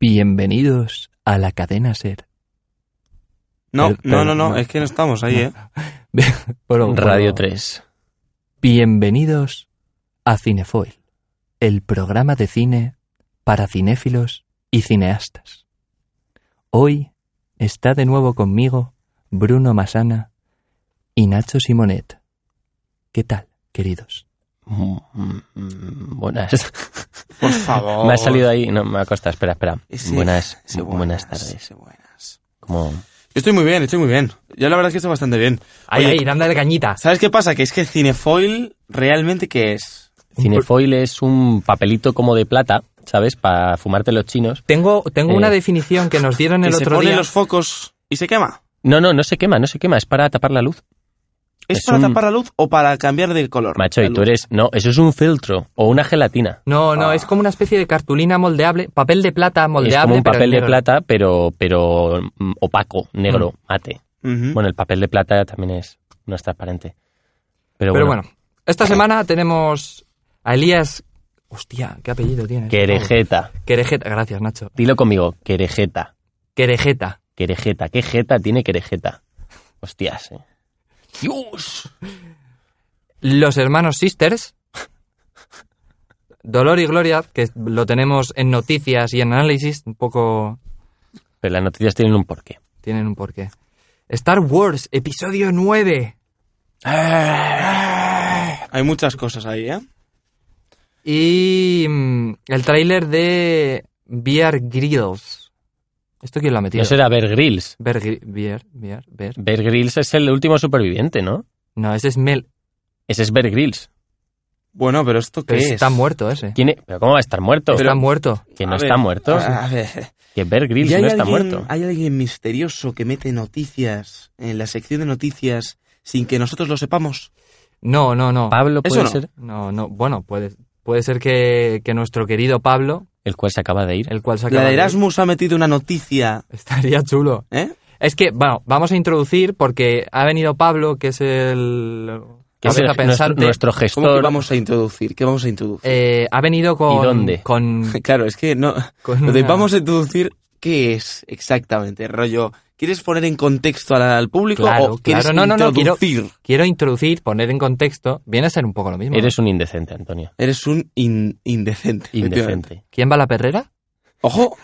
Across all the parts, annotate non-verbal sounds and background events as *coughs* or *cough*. Bienvenidos a la cadena Ser. No, Pero- no, pero- no, no, es que no estamos ahí, ¿eh? Bueno, Radio bueno, 3. Bienvenidos a Cinefoil, el programa de cine para cinéfilos y cineastas. Hoy está de nuevo conmigo Bruno Masana y Nacho Simonet. ¿Qué tal, queridos? Mm, mm, mm, Buenas. Por *laughs* favor. Me ha salido ahí. No, me ha costado. Espera, espera. Ese- buenas, ese buenas, tardes. ese buenas. Como... Yo estoy muy bien, estoy muy bien. Yo la verdad es que estoy bastante bien. Ahí, Oye, ahí, dándole cañita. ¿Sabes qué pasa? Que es que Cinefoil realmente qué es. Cinefoil es un papelito como de plata, ¿sabes? Para fumarte los chinos. Tengo, tengo Eh. una definición que nos dieron Que el se otro ponen día. los focos y se quema. No, no, no se quema, no se quema. Es para tapar la luz. ¿Es, Es para un- tapar la luz o para cambiar de color? Macho, La y tú luz. eres... No, eso es un filtro o una gelatina. No, no, Ah. es como una especie de cartulina moldeable, papel de plata moldeable. es como un pero en papel de negro. plata, pero, pero mm, opaco, negro, mate. Ujú. Bueno, el papel de plata también es... No es transparente. Pero, Pero bueno. bueno, esta semana tenemos a Elías. Hostia, qué apellido tiene. Querejeta. Querejeta, gracias Nacho. Dilo conmigo. Querejeta. Querejeta. Querejeta. ¿Qué jeta tiene Querejeta? Hostias, eh. Los hermanos Sisters. Dolor y Gloria, que lo tenemos en noticias y en análisis, un poco Pero las noticias tienen un porqué. tienen un porqué. Star Wars, episodio 9. Hay muchas cosas ahí, ¿eh? Y mm, el tráiler de Bear Grylls. ¿Esto quién lo ha metido? Eso era Bear Grylls. Bear, Gry- Bear, Bear, Bear. Bear Grylls es el último superviviente, ¿no? No, ese es Mel. Ese es Bear Grylls. Bueno, pero ¿esto qué Pero es? está muerto ese. ¿Quién es? ¿Pero cómo va a estar muerto? Está muerto. Que no A está ver, muerto. A ver. Que Bear Grylls ¿Y no hay está alguien- muerto. ¿Hay alguien misterioso que mete noticias en la sección de noticias sin que nosotros lo sepamos? No, no, no. Pablo Eso puede no. ser No, no. Bueno, puede, puede ser que, que nuestro querido Pablo, el cual se acaba de ir. el cual se acaba La de de ir, *laughs* Erasmus ha metido una noticia, Estaría chulo. ¿eh? Es que, bueno, vamos a introducir porque ha venido Pablo, que es el... Que es el- cabeza nuestro, pensante. nuestro ¿Cómo que gestor. vamos a introducir? ¿Qué vamos a introducir? Eh, ha venido con... ¿Y dónde? *laughs* Con... *laughs* Claro, es que no. con Lo *laughs* de una- vamos a introducir, ¿qué es exactamente? Rollo, ¿quieres poner en contexto al, al público Claro, o quieres claro, no, no, no, quiero- introducir? quiero introducir, poner en contexto, viene a ser un poco lo mismo. ¿no? Eres un indecente, Antonio. Eres un in- indecente. efectivamente. Indecente. ¿Quién va a la perrera? Ojo.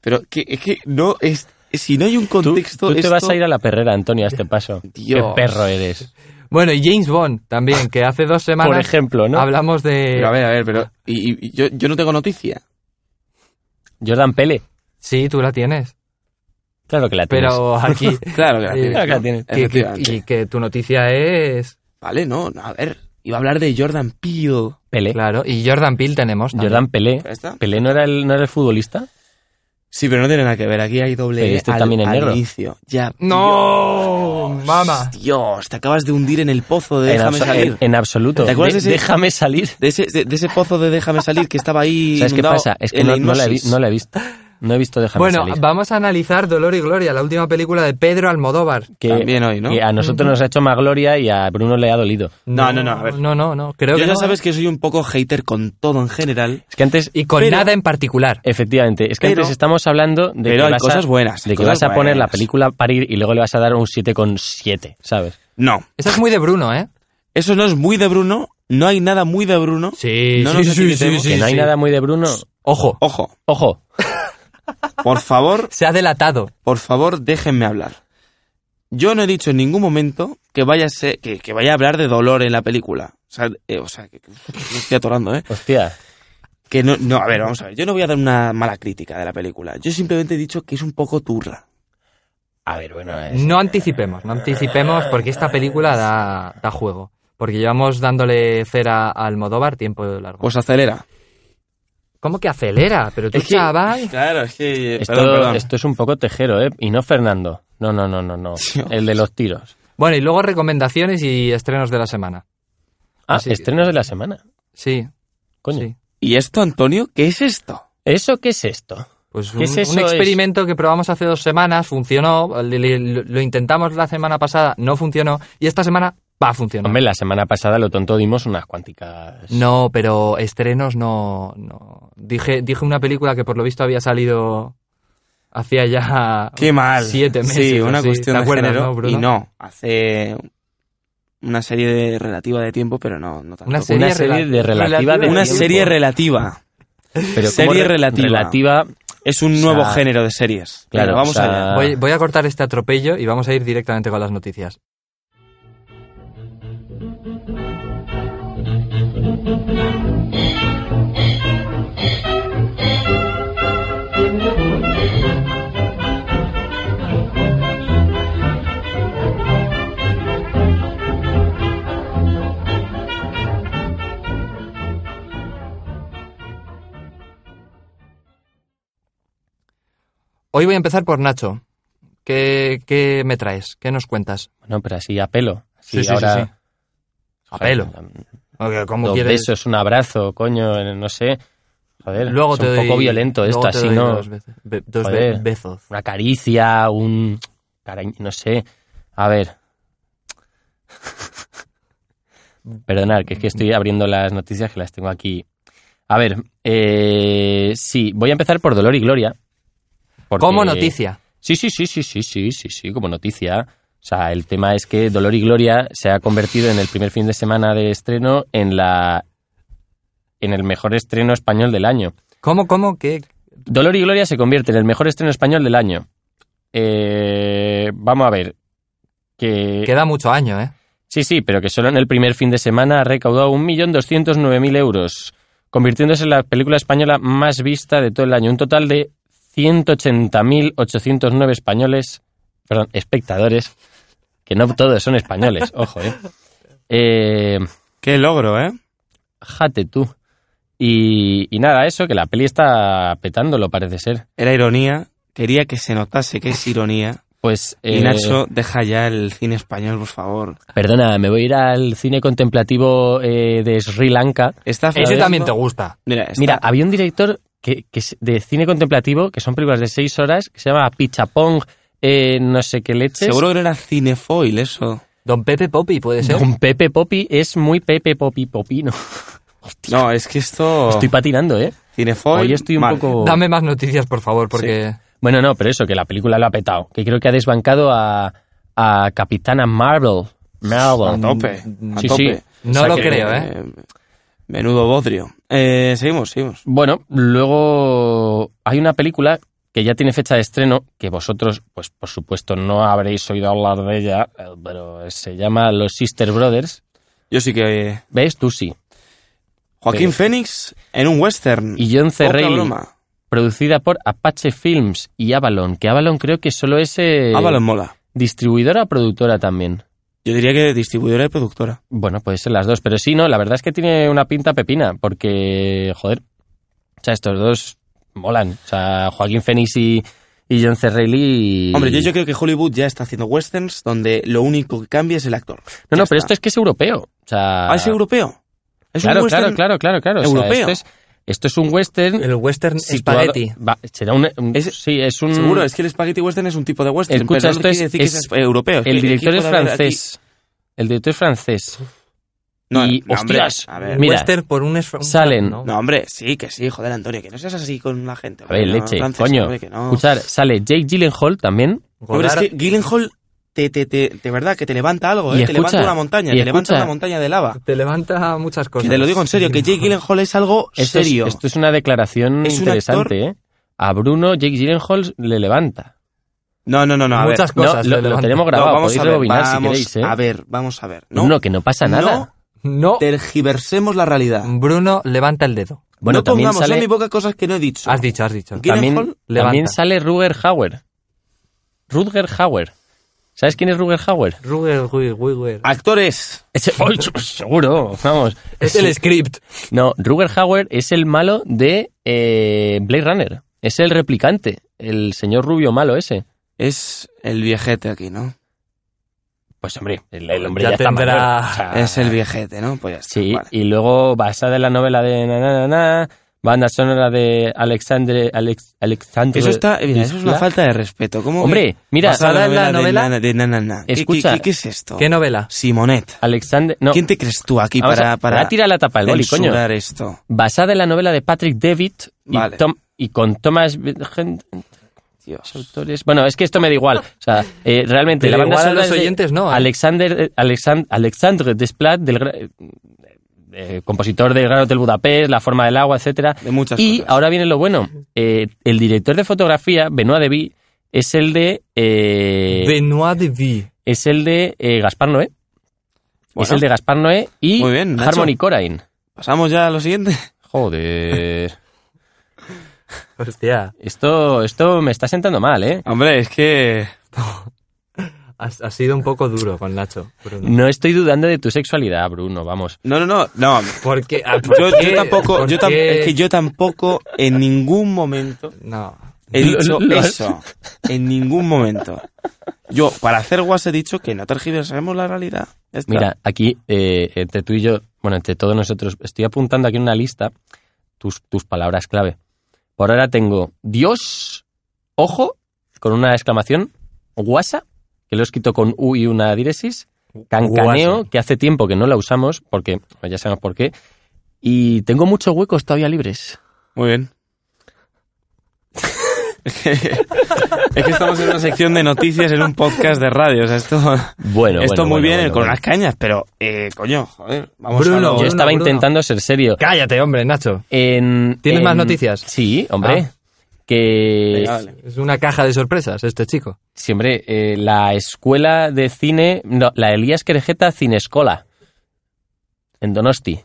Pero que, es que no es. Si no hay un Tú, contexto. tú te esto- vas a ir a la perrera, Antonio, a este paso. Dios. Qué perro eres. Bueno, y James Bond también, que hace dos semanas *laughs* Por ejemplo, ¿no? hablamos de... Pero a ver, a ver, pero. Y, y- y yo, yo no tengo noticia. Jordan Pele. Sí, tú la tienes, Claro que la tienes. pero *laughs* aquí... Claro que la Eh, tienes, claro que la ¿no? tienes. que- que- Efectivamente. y que tu noticia es... Vale, no, no, a ver. Iba a hablar de Jordan Peele. Pelé. Claro, y Jordan Peele tenemos también. Jordan Pelé. ¿Ya está? ¿Pelé no era el, no era el futbolista? Sí, pero no tiene nada que ver. Aquí hay doble Pero E este al, también es al negro. inicio. Ya. ¡No! Dios, ¡Mama! Dios, te acabas de hundir en el pozo de en, Déjame abso- salir. en- en absoluto. ¿Te acuerdas De- de ese- Déjame salir. De ese, de, de ese pozo de Déjame salir que estaba ahí. *laughs* ¿Sabes qué inundado pasa? Es que en no, no la he, vi- hipnosis. no la he visto. No he visto Déjame Bueno, salir. vamos a analizar Dolor y Gloria, la última película de Pedro Almodóvar. Que, También hoy, ¿no? que a nosotros nos ha hecho más gloria y a Bruno le ha dolido. No, no, no, a ver. No, no, no, creo Yo que ya no, ¿eh? sabes que soy un poco hater con todo en general. Es que antes, Y con pero- nada en particular. efectivamente, es que Pero- antes estamos hablando de pero que hay vas cosas a, buenas, hay de que cosas vas a poner buenas. la película a parir y luego le vas a dar un 7,7, ¿sabes? No. Esa es muy de Bruno, ¿eh? Eso no es muy de Bruno. No hay nada muy de Bruno. Sí, No nos debilitemos. que no hay sí. nada muy de Bruno. Ojo, Ojo, Ojo, por favor, se ha delatado. por favor, déjenme hablar. Yo no he dicho en ningún momento que vaya a, ser- que, que vaya a hablar de dolor en la película. O sea, eh, o sea que, que- me estoy atorando, ¿eh? Hostia. Que no, no, a ver, vamos a ver. Yo no voy a dar una mala crítica de la película. Yo simplemente he dicho que es un poco turra. A ver, bueno. es- No anticipemos, no anticipemos porque esta película da, da juego. Porque llevamos dándole cera a Almodóvar tiempo largo. Pues acelera. ¿Cómo que acelera? Pero tú, Es que- chaval... Claro, es que. Esto, perdón, perdón. esto es un poco tejero, ¿eh? Y no Fernando. No, no, no, no, no. *laughs* Dios. El de los tiros. Bueno, y luego recomendaciones y estrenos de la semana. Ah, Así- estrenos de la semana. Sí, Coño. sí. ¿Y esto, Antonio? ¿Qué es esto? ¿Eso qué es esto? Pues ¿Qué un, es eso? un Es- experimento que probamos hace dos semanas, funcionó, le- le- lo intentamos la semana pasada, no funcionó, y esta semana va a funcionar. Hombre, la semana pasada lo tonto dimos unas cuánticas. No, pero estrenos no, no. Dije, dije una película que por lo visto había salido hacía ya Qué mal. Ah, siete meses. Sí, o una así. cuestión ¿Te de acuerdas, género. no, Bruno? y no, hace una serie de- relativa de tiempo, pero no, no tanto. Una Una, serie, serie de relativa de de tiempo. serie relativa. Pero ¿cómo serie re- relativa. Relativa, Es un O sea, nuevo género de series. claro, Venga, vamos o sea, allá. Voy, voy a cortar este atropello y vamos a ir directamente con las noticias. Hoy voy a empezar por Nacho. ¿Qué, qué me traes? ¿Qué nos cuentas? Bueno, pero así a pelo. Así Sí, sí, ahora, sí, sí. A pelo. Oye, ¿Cómo Dos quieres? besos, un abrazo, coño, eh, no sé. Joder, Luego es te un doy- poco violento luego esto, te así doy no. Dos, veces- be- dos be- Joder. bezos. Una caricia, un. caray- no sé. A ver. *laughs* Perdonad, que es que estoy abriendo las noticias que las tengo aquí. A ver, eh, sí, voy a empezar por Dolor y Gloria. porque- Como noticia. Sí, sí, sí, sí, sí, sí, sí, sí, como noticia. O sea, el tema es que Dolor y Gloria se ha convertido en el primer fin de semana de estreno en la en el mejor estreno español del año. ¿Cómo, cómo, qué? Dolor y Gloria se convierte en el mejor estreno español del año. Eh, vamos a ver. Que, Queda mucho año, ¿eh? Sí, sí, pero que solo en el primer fin de semana ha recaudado 1.209.000 euros, convirtiéndose en la película española más vista de todo el año. Un total de 180.809 españoles, perdón, espectadores, que no todos son *laughs* españoles, ojo, ¿eh? eh Qué logro, ¿eh? jate tú. Y, y nada, eso, que la peli está petándolo, parece ser. Era ironía. Quería que se notase que es ironía. Pues, Y eh, Nacho, deja ya el cine español, por favor. perdona, me voy a ir al cine contemplativo eh, de Sri Lanka. Estás Ese viendo- también te gusta. Mira, está- Mira, había un director que, que es de cine contemplativo, que son películas de seis horas, que se llama Pichapong, eh, no sé qué leches. seguro que no era cinefoil eso. Don Pepe Poppy, puede ser. Don Pepe Popi es muy Pepe Popi Popino. No, es que esto. Estoy patinando, ¿eh? Cinefoil. Hoy estoy un mal. poco... Dame más noticias, por favor, porque... Bueno, no, pero eso, que la película lo ha petado. Que creo que ha desbancado a, a Capitana Marvel. A Marvel. tope. A mm, Sí, tope. sí. No O sea lo que- creo, ¿eh? Menudo bodrio. Eh, seguimos, seguimos. Bueno, luego hay una película que ya tiene fecha de estreno, que vosotros, pues por supuesto, no habréis oído hablar de ella, eh, pero se llama Los Sister Brothers. Yo sí que. eh, ¿Ves? Tú sí. Joaquín Pero- Fénix en un western. Eh, Y este John C. Poca Reilly, broma. producida por Apache Films y Avalon, que Avalon creo que solo es eh, Avalon mola. distribuidora o productora también. Yo diría que distribuidora y productora. Bueno, puede ser las dos, pero sí, no, la verdad es que tiene una pinta pepina, porque, joder, o sea, estos dos molan. O sea, Joaquín Phoenix y, y John C. Reilly. Hombre, yo, yo creo que Hollywood ya está haciendo westerns donde lo único que cambia es el actor. Ya No, no, está. pero esto es que es europeo. O sea, Ah, es europeo. Es claro, un western. claro, claro, claro, claro. O sea, europeo. esto, es, esto es un western. El western situado- spaghetti. Va, será un, un- Es- sí, es un. Seguro, es que el spaghetti western es un tipo de western. Escucha, pero no esto quiere es- decir que es- sea europeo. el que director aquí es puede haber aquí- francés. El director es francés. No, Y, no, hombre, hostias, a ver. mira, western por un esfra- un salen- ¿no? No, hombre, sí, que sí, joder, Antonio, que no seas así con la gente. A ver, hombre, no, leche, francés, coño. hombre, que no. Escuchar, sale Jake Gyllenhaal también. No, pero Godard- es que Gyllenhaal, te, te, te, de verdad, que te levanta algo, Y ¿eh? te escucha, levanta una montaña, y te levanta escucha. una montaña de lava. Te levanta muchas cosas. Que te lo digo en serio, que Jake Gyllenhaal es algo Esto es, serio. esto es una declaración Es un interesante, ¿eh? A Bruno, Jake Gyllenhaal le levanta. No, no, no, no. A Muchas ver. cosas. lo, se lo levantan. tenemos No, grabado, vamos podéis a ver, rebobinar si vamos queréis, ¿eh? a ver, vamos a ver. No, No, que no pasa nada. *laughs* No, no tergiversemos la realidad. Bruno, levanta el dedo. Mm, Bueno, no también pongamos sale, en mi boca cosas que no he dicho. Has dicho, has dicho. ¿Quién es también, Hall? también Levanta. sale Ruger Hauer. Rutger Hauer. ¿Sabes quién es Ruger Hauer? Ruger, Ruger, Ruger. Ah, Actores. Ese- ¡Ay, chu- seguro, vamos. Es el script. No, Ruger Hauer es el malo de eh, Blade Runner. Es el replicante, el señor rubio malo ese. Es el viejete aquí, ¿no? Pues hombre, el, el hombre Ya ya, está tendrá- mayor, o sea, Es el viejete, ¿no? Pues ya está, Ah, Sí, vale. y luego basada en la novela de na, na, na, na, banda sonora de Alexandre Alex, Alexandre. Eso está, mira, eso es una Isla. falta de respeto. ¿Cómo que Hombre, mira, basada basada en la novela. de, Nana- de Nanana? ¿Qué- Escucha. ¿Qué, qué, qué es esto? ¿Qué novela? Simonet. Alexandre. No, ¿Quién te crees tú aquí vamos para, a- para me ha tirado la tapa del boli, coño. censurar esto? Basada en la novela de Patrick David y, Vale. Tom- y con Thomas. Virgen- Dios. autores- Bueno, es que esto me da igual. O sea, eh, realmente Te la da banda igual a sonora los es de oyentes, no, ¿eh? Alexander, eh, Alexand- Alexandre Desplat, del gra- eh, eh, compositor del Gran Hotel Budapest, La forma del agua, etcétera. De muchas Y cosas. ahora viene lo bueno. Eh, el director de fotografía, Benoit Deby, es el de eh, Benoit de V. es el de eh, Gaspar Noé. es Bueno. el de Gaspar Noé y Muy bien, Nacho. Harmony Corain. ¿Pasamos ya a lo siguiente? Joder. *laughs* Hostia, Esto, esto me está sentando mal, ¿eh? Hombre, es que... has, has sido un poco duro con Nacho. Bruno. No estoy dudando de tu sexualidad, Bruno, vamos. No, no, no, no. ¿Por qué? Ah, ¿por Yo, yo qué? tampoco, ¿Por yo tam- qué? es que yo tampoco en ningún momento No. he Lo- dicho lo- eso. En ningún momento. Yo, para hacer guas, he dicho que no tergiversemos la realidad. Ya está. Mira, aquí, eh, entre tú y yo, bueno, entre todos nosotros, estoy apuntando aquí en una lista tus, tus palabras clave. Por ahora tengo Dios, ojo, con una exclamación, guasa, que lo he escrito con U y una diéresis, cancaneo, Guasa. que hace tiempo que no la usamos, porque bueno, ya sabemos por qué, y tengo muchos huecos todavía libres. Muy bien. *laughs* es que es que estamos en una sección de noticias en un podcast de radio. O sea, esto, Bueno, esto bueno, muy bueno, bien bueno, con bueno. unas cañas, pero, eh, coño, joder, vamos Bruno, a lo- Bruno, Yo estaba Bruno. intentando ser serio. Cállate, hombre, Nacho. En- ¿Tienes en- más noticias? Sí, hombre. Ah. Que Venga, vale. Es una caja de sorpresas este chico. Siempre, eh, la escuela de cine, no, la Elías Querejeta Cinescola, en Donosti.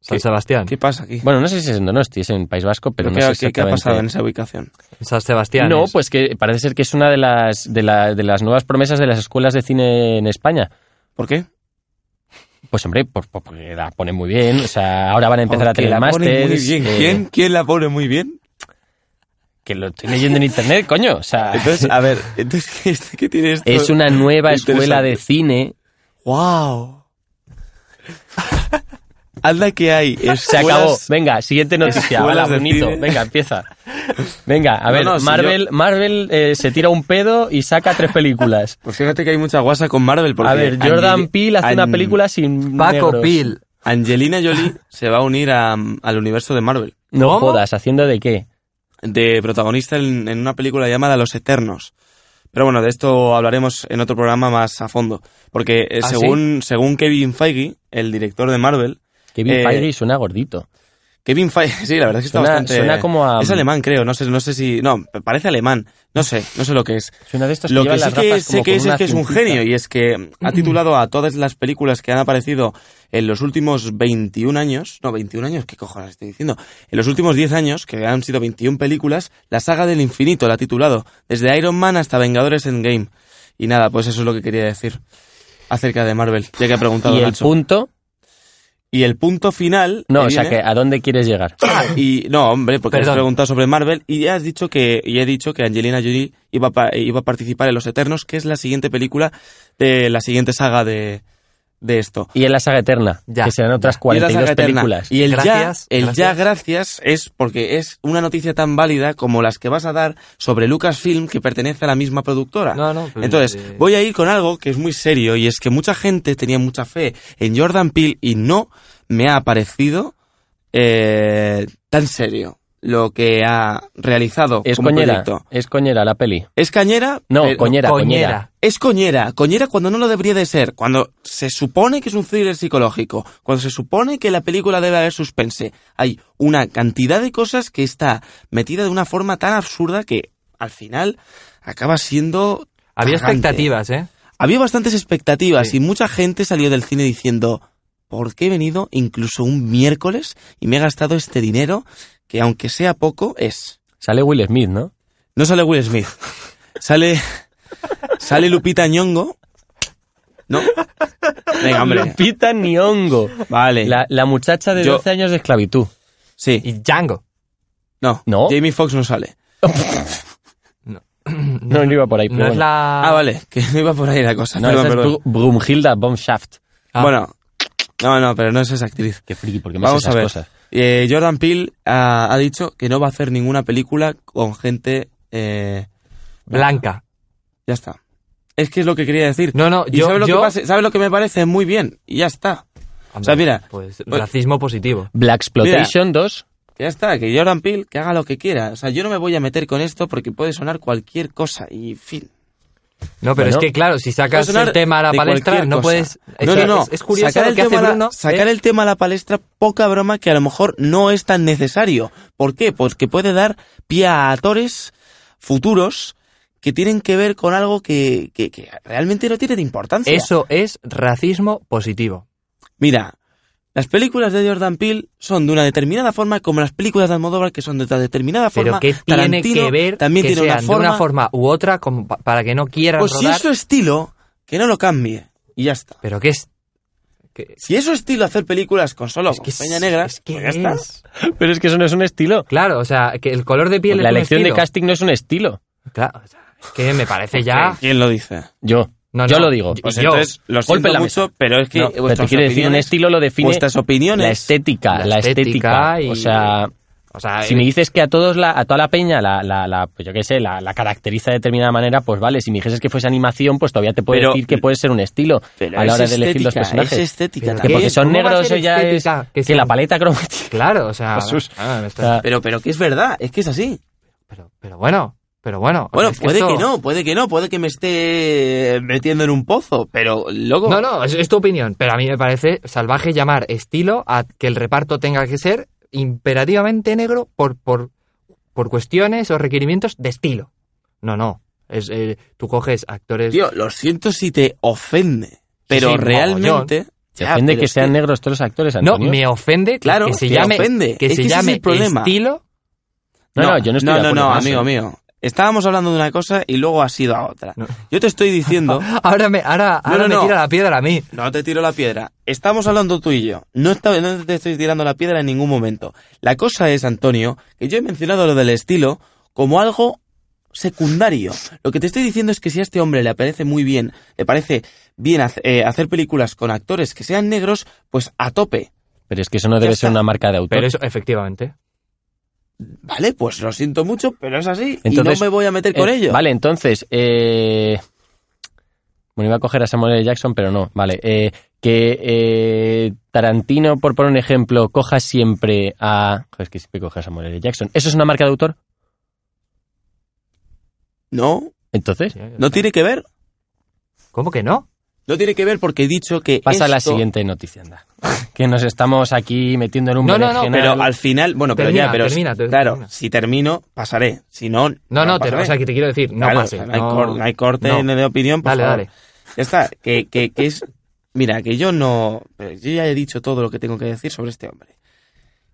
San ¿Qué- Sebastián. ¿Qué pasa aquí? Bueno, no sé si es en Donosti, es en País Vasco, pero ¿Qué- no sé qué, qué ha exactamente. pasado en esa ubicación? San Sebastián. No, es- pues que parece ser que es una de las, de, la- de las nuevas promesas de las escuelas de cine en España. ¿Por qué? Pues hombre, por- por- porque la ponen muy bien, o sea, ahora van a empezar a Porque tener la pone másteres. muy bien. eh, ¿Quién? ¿Quién la pone muy bien? Que lo estoy leyendo en internet, coño, o sea... Entonces, a *laughs* ver, entonces, ¿qué, qué tiene esto? es una nueva escuela Interesante. de cine. ¡Wow! *laughs* Anda que hay. Se acabó. Venga, siguiente noticia. Escuelas de Hola, bonito. cine. *laughs* Venga, empieza. Venga, a No, ver, no, si Marvel, Marvel eh, se tira un pedo y saca tres películas. Pues fíjate que hay mucha guasa con Marvel. Porque A ver, Angel- Jordan Peele hace una An- película sin Paco negros. Pil. Angelina *laughs* Jolie se va a unir a- al universo de Marvel. No ¿Cómo? jodas, ¿haciendo de qué? De protagonista en, en una película llamada Los Eternos. Pero bueno, de esto hablaremos en otro programa más a fondo. Porque eh, ¿Ah, sí? según, según Kevin Feige, el director de Marvel... Kevin Eh, Feige suena gordito. Kevin Feige, *laughs* sí, la verdad es que está Suena, bastante... suena como a... Es alemán, creo. No sé, no sé si... No, parece alemán. No sé, no sé lo que es. Suena de estos Lo que, que llevan sí las que gafas sé como que con es, es una que es un cintita. genio y es que ha titulado a todas las películas que han aparecido en los últimos 21 años, no, 21 años, ¿qué cojones estoy diciendo? En los últimos 10 años, que han sido 21 películas, la saga del infinito la ha titulado, desde Iron Man hasta Vengadores Endgame. Y nada, pues eso es lo que quería decir acerca de Marvel, ya que ha preguntado Y el Nacho. punto... y el punto final... No, que o sea, viene- que ¿a dónde quieres llegar? y no, hombre, porque has Ah. Perdón. preguntado sobre Marvel y ya has dicho que y he dicho que Angelina Jolie iba a, pa- iba a participar en Los Eternos, que es la siguiente película de la siguiente saga de, de esto. Y en la saga eterna, Ya. que serán Y es otras la 42 saga eterna. películas. Y el Gracias, ya, el ya gracias. gracias es porque es una noticia tan válida como las que vas a dar sobre Lucasfilm que pertenece a la misma productora. No, no. pues, eh, Ah, Entonces, voy a ir con algo que es muy serio y es que mucha gente tenía mucha fe en Jordan Peele y no me ha parecido eh, tan serio lo que ha realizado Es como coñera, proyecto. es coñera la peli. Es cañera. No, eh, pero- coñera, coñera. Es coñera, coñera cuando no lo debería de ser, cuando se supone que es un thriller psicológico, cuando se supone que la película debe haber suspense. Hay una cantidad de cosas que está metida de una forma tan absurda que al final acaba siendo... Había cagante. expectativas, ¿eh? Había bastantes expectativas Sí. y mucha gente salió del cine diciendo, ¿por qué he venido incluso un miércoles y me he gastado este dinero que aunque sea poco es? Sale Will Smith, ¿no? No sale Will Smith, sale, sale Lupita Ñongo. No. Venga, hombre. Lupita Nyong'o. Vale. La, la muchacha de Yo- 12 años de esclavitud. Sí. Y Django. No. No. Jamie Foxx no sale. No, no iba por ahí. No es la... Ah, vale. Que no iba por ahí la cosa. No, Perdón, esa es perdón. Bru- Brumhilda von Schaft. Ah. Bueno. No, no, pero no es esa actriz. Qué friki, porque me Vamos hace a ver. esas cosas. Eh, Jordan Peele ah, ha, dicho que no va a hacer ninguna película con gente... eh, Blanca. Ya está. Es que es lo que quería decir. No, no, ¿Y yo... sabes, lo yo- que pasa? ¿Sabes lo que me parece? Muy bien. Y ya está. Hombre, O sea, mira, Pues pues- racismo positivo. Black Exploitation 2. Ya está. Que Jordan Peele que haga lo que quiera. O sea, yo no me voy a meter con esto porque puede sonar cualquier cosa. Y fin. No, pero Bueno. es que claro, si sacas Puede sonar el tema a la de palestra, cualquier no cosa. puedes... No, es, no, no. Es, es curioso sacar lo el que hace tema a la- Bruno. sacar ¿eh? el tema a la palestra, poca broma, que a lo mejor no es tan necesario. ¿Por qué? Pues que puede dar pie a actores futuros que tienen que ver con algo que, que- que realmente no tiene de importancia. Eso es racismo positivo. Mira, las películas de Jordan Peele son de una determinada forma, como las películas de Almodóvar que son de otra determinada Pero forma. ¿qué tiene Tarantino que ver también que tiene una sean forma. de una forma u otra como pa- para que no quieran pues si rodar? es su estilo, que no lo cambie. Y ya está. Pero qué es... que- Si es su estilo hacer películas con solo es que es- Peña Negra, es que pues ya está. es- *laughs* Pero es que eso no es un estilo. Claro, o sea, que el color de piel Pues la es un elección de estilo. casting no es un estilo. Claro, o sea, es que me parece ya... ¿Quién lo dice? Yo. No, yo no, lo digo. yo- Pues yo- entonces, lo golpe siento en la mucho, pero es que eh, No, pero te vuestras quiero decir, un opiniones- estilo lo define vuestras opiniones. la estética. La La estética. estética y- O sea, O sea, eh, si me dices que a todos la, a toda la peña la, la, la- pues yo qué sé, la, la caracteriza de determinada manera, pues vale, si me dijeses que fuese animación, pues todavía te puedo Pero- decir que puede ser un estilo pero a es la hora de elegir los estética, Es personajes. estética Pero Que también. porque son ¿Cómo va a negros ser eso ya es estética que que, sea la un- *laughs* paleta cromática. Claro, o sea... Jesús. ah, me O está- sea, Pero, pero que es verdad, es que es así. pero, pero bueno, pero bueno. o Bueno, sea, es puede que, esto- no, puede que no, puede que me esté metiendo en un pozo, pero luego... No, no, es, es tu opinión, pero a mí me parece salvaje llamar estilo a que el reparto tenga que ser imperativamente negro por, por, por cuestiones o requerimientos de estilo. No, no. Es, eh, tú coges actores. Tío, lo siento si te ofende, pero sí, realmente... te Ya, ofende pero que es sean negros todos los actores, no, Antonio. me ofende Claro, que se te llame, ofende. que Es se que ese es llame el problema. estilo. No, no, yo no estoy No, de no, acuerdo no, con eso. amigo mío. Estábamos hablando de una cosa y luego ha sido a otra. No. Yo te estoy *laughs* diciendo... Ahora me, ahora, No, ahora no, me no. tira la piedra a mí. No te tiro la piedra. Estamos hablando tú y yo. No, está- no te estoy tirando la piedra en ningún momento. La cosa es, Antonio, que yo he mencionado lo del estilo como algo secundario. Lo que te estoy diciendo es que si a este hombre le parece muy bien, le parece bien hace- eh, hacer películas con actores que sean negros, pues a tope. Pero es que eso no Ya debe está. ser una marca de autor. Pero eso, efectivamente. Vale, pues lo siento mucho, pero es así. y Entonces, no me voy a meter con Eh, ello. Vale, entonces. eh, Bueno, iba a coger a Samuel L. Jackson, pero no. Vale. eh, que eh, Tarantino, por poner un ejemplo, coja siempre a. Joder, es que siempre coge a Samuel L. Jackson. ¿Eso es una marca de autor? No, Entonces, no tiene que ver. ¿Cómo que no? No tiene que ver porque he dicho que. pasa a la esto- siguiente noticia, anda. *laughs* Que nos estamos aquí metiendo en un No, no, no, berenjenal. Pero al final, bueno, pero Termina, ya, pero termina, te- claro, termina. si termino, pasaré. Si no, No, no, te, pasaré. o sea, que te quiero decir, no Claro, pase. o sea, no, hay no. cor- no hay corte No. de opinión. por Dale, favor. dale. Ya está, que, que, que es... Mira, que yo no... pero Yo ya he dicho todo lo que tengo que decir sobre este hombre.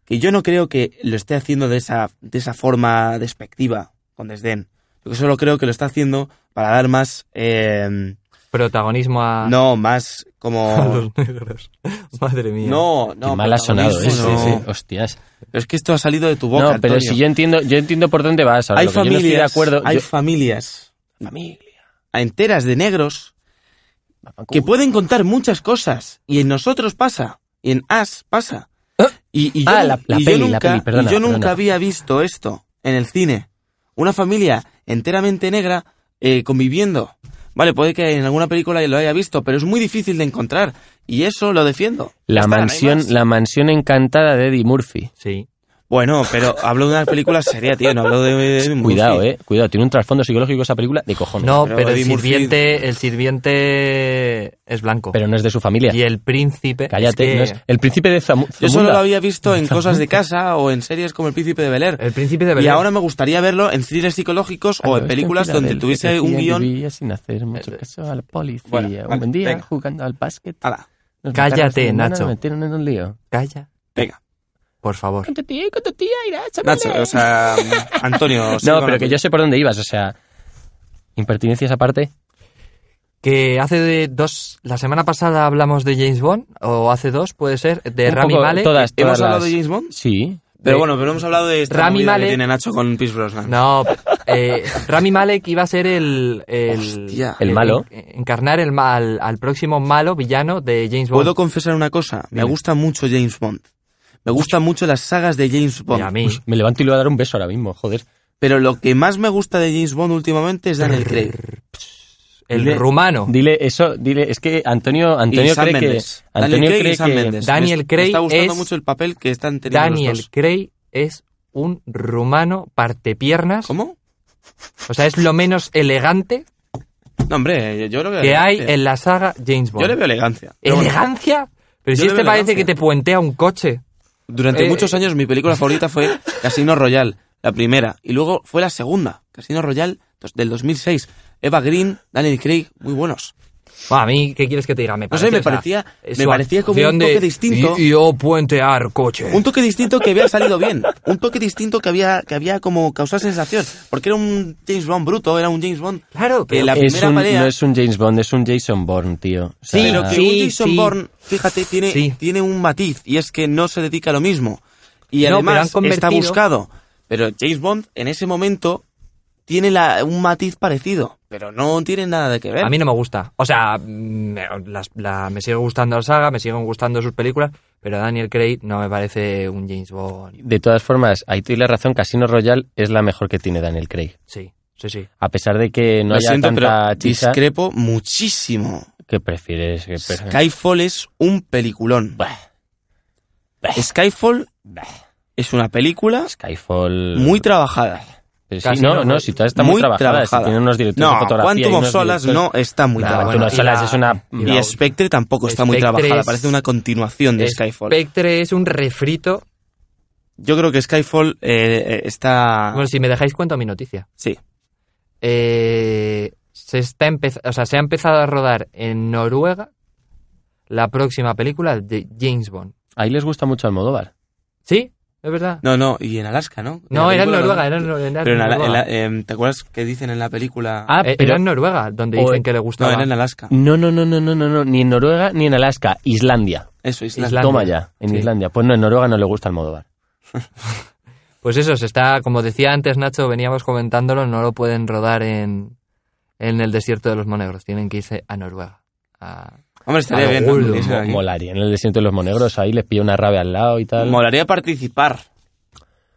Que yo no creo que lo esté haciendo de esa, de esa forma despectiva, con desdén. Yo solo creo que lo está haciendo para dar más... eh, Protagonismo a, no, más *laughs* a como... Ah. los negros. Madre mía. No, Qué no. mal ha sonado protagonismo, eso. no. sí, sí, Hostias. Pero es que esto ha salido de tu boca, no, pero Antonio. si yo entiendo, yo entiendo por dónde vas. Ahora, hay lo que yo no familias, estoy de acuerdo. hay yo- familias enteras de negros que pueden contar muchas cosas. Y en nosotros pasa. Y en As pasa. Y, y yo, Ah, nu- la- la y yo peli, la nunca, peli, perdona, y yo nunca perdona. había visto esto en el cine. Una familia enteramente negra eh, conviviendo. Vale, puede que en alguna película lo haya visto, pero es muy difícil de encontrar. Y eso lo defiendo. Ya La está, no hay mansión, más. la mansión encantada de Eddie Murphy. Sí. Bueno, pero hablo de unas películas serias, tío, no hablo de... de Cuidado, Murphy. eh. Cuidado, tiene un trasfondo psicológico esa película de cojones. No, Pero pero el Eddie Murphy- sirviente, el sirviente es blanco. Pero no es de su familia. y el príncipe. Cállate. es que no es- El príncipe de Zamu- Yo solo Zamunda. lo había visto en cosas de casa o en series como El Príncipe de Bel Air. El príncipe de Y Belén. ahora me gustaría verlo en thrillers psicológicos o en películas donde tuviese un guión. Eh, sin hacer mucho caso a la policía. Bueno, Un vale, buen día, venga. jugando al básquet. Ala, Cállate, mataron a su hermana, Nacho. nos metieron en un lío. Calla, venga. por favor. Con tu tía y con tu tía irás a Nacho, o sea, *laughs* Antonio. sigue No, Pues con pero la que tuya. yo sé por dónde ibas, o sea. Impertinencias aparte. Que hace de dos. La semana pasada hablamos de James Bond, o hace dos, puede ser, de Un Rami poco Malek. Todas, todas ¿Hemos hablado las- de James Bond? Sí. Pero bueno, pero hemos hablado de esta Rami movida Malek. que tiene Nacho con Pierce Brosnan. No, eh, Rami Malek iba a ser el. El, Hostia. El malo. en- encarnar el mal, al próximo malo villano de James Bond. Puedo confesar una cosa. Me gusta mucho James Bond. Me gustan mucho las sagas de James Y a Bond. mí. Me levanto y le voy a dar un beso ahora mismo, joder. Pero lo que más me gusta de James Bond últimamente es Daniel Craig. El Dile- rumano. Dile eso, dile, es que Antonio, Antonio y Sam cree que. Mendes. Daniel Antonio Craig cree y Sam que- Mendes. Daniel Me est- Craig Me está gustando es- mucho el papel que están teniendo los Daniel dos. Craig es un rumano partepiernas. ¿Cómo? O sea, es lo menos elegante No, hombre, yo, yo lo veo que hay elegante. en la saga James Bond. Yo le veo elegancia. *laughs* Pero bueno, ¿Elegancia? Pero Yo si le este veo parece que elegancia. te puentea un coche. durante Eh, muchos años mi película *laughs* favorita fue Casino Royale, la primera. Y luego fue la segunda, Casino Royale dos- del 2006. Eva Green, Daniel Craig, muy buenos. Bueno, a mí, ¿qué quieres que te diga? Me No sé, parece, me o sea, parecía- eh, me su parecía como un acción de, toque distinto. "Y- Yo puentear coche. Un toque distinto que había salido bien. Un toque distinto que había, que había como causado sensación. Porque era un James Bond bruto, era un James Bond Claro, que pero- la Es primera un- pelea- no es un James Bond, es un Jason Bourne, tío. O sea, Sí, Pero que sí, un Jason sí. Bourne, fíjate, tiene, Sí. tiene un matiz y es que no se dedica a lo mismo. Y No, pero han además está convertido- buscado. Pero James Bond en ese momento tiene la- un matiz parecido, pero no tiene nada de que ver. A mí no me gusta. O sea, mm, las- la- me sigue gustando la saga, me siguen gustando sus películas, pero Daniel Craig no me parece un James Bond. De todas formas, ahí tienes razón, Casino Royale es la mejor que tiene Daniel Craig. Sí, sí, sí. A pesar de que no Lo haya siento, tanta pero chicha, Eh, pues, discrepo muchísimo. ¿qué prefieres? ¿Qué prefieres? Skyfall es un peliculón. Bah. Skyfall es una película Skyfall. muy trabajada. Pero sí, Casino no, no, Royale. si todas están muy, trabajadas, si tienen unos directores de no, fotografía. y Quantum of unos Solace directores- no está muy Nah, Ah, trabajada. Quantum bueno, of y Solace la- es una. y Y la- Spectre tampoco está muy Spectre trabajada, es- parece una continuación de Skyfall. Spectre es un refrito. Yo creo que Skyfall eh, eh, está... Bueno, si me dejáis cuento mi noticia. sí. Eh, se está empez- o sea, se ha empezado a rodar en Noruega la próxima película de James Bond. Ahí les gusta mucho Almodóvar. ¿Sí, es verdad. No, no, y en Alaska, ¿no? No, la era en película, Noruega, era en, ¿no? Nor- era en Pero en Ala- Noruega. en la- em, ¿te acuerdas que dicen en la película? Ah, Eh, pero. era en Noruega, donde O- dicen que le no, gustaba. era en Alaska. No, no, no, no, no, no, no, ni en Noruega ni en Alaska, Islandia. Eso, Islandia. Islandia. Toma ya, en Sí. Islandia. Pues no, en Noruega no le gusta Almodóvar. Pues eso, se está, como decía antes Nacho, veníamos comentándolo, no lo pueden rodar en, en el desierto de los monegros, tienen que irse a Noruega. A- Hombre, estaría Ah, bien. ¿no? Guldo, Que hiciera Mo- aquí. Molaría. En el desierto de los monegros, ahí les pilla una rave al lado y tal. Molaría participar.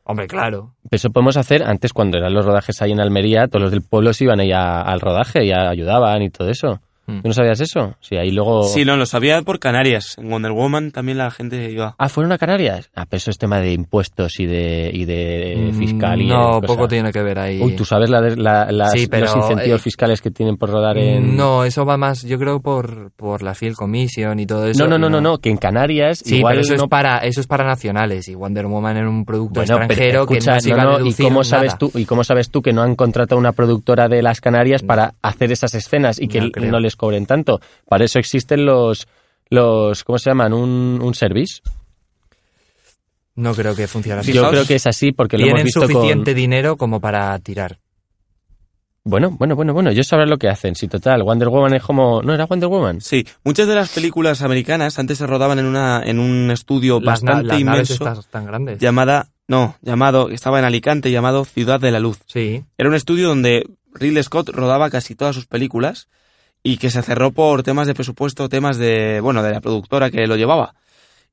Hombre, claro. Pero eso podemos hacer antes cuando eran los rodajes ahí en Almería, todos los del pueblo se iban ahí a- al rodaje y a- ayudaban y todo eso. Mm. ¿Tú no sabías eso? Sí, ahí luego... Oh. Sí, no, lo sabía por Canarias. En Wonder Woman también la gente iba. Ah, ¿fueron a Canarias? Ah, pero eso es tema de impuestos y de, y de eh, fiscal y Mm, no, esas cosas. poco tiene que ver ahí. Uy, ¿tú sabes la de- la- las- Sí, pero, los incentivos eh, fiscales que tienen por rodar en...? Mm, No, eso va más, yo creo, por, por la Field Commission y todo eso. no, no, no, no, no, que en Canarias Sí, igual pero eso, no... es para, eso es para nacionales y Wonder Woman era un producto Bueno, pero extranjero escucha, que no se iba no, a no, ¿y deducir cómo nada. sabes tú y cómo sabes tú que no han contratado una productora de las Canarias para hacer esas escenas y que No l- no, creo. les cobren tanto? Para eso existen los los ¿cómo se llaman? un un service. No creo que funcione así. Yo Fijaos, creo que es así porque lo hemos Tienen visto suficiente dinero como para tirar. con Bueno, bueno, bueno, bueno, yo sabré lo que hacen. Si total, Wonder Woman es como no era Wonder Woman. Sí, muchas de las películas americanas antes se rodaban en una en un estudio Las na- bastante las naves inmenso estas tan grandes. llamada no, llamado estaba en Alicante llamado Ciudad de la Luz. Sí. Era un estudio donde Ridley Scott rodaba casi todas sus películas y que se cerró por temas de presupuesto, temas de, bueno, de la productora que lo llevaba.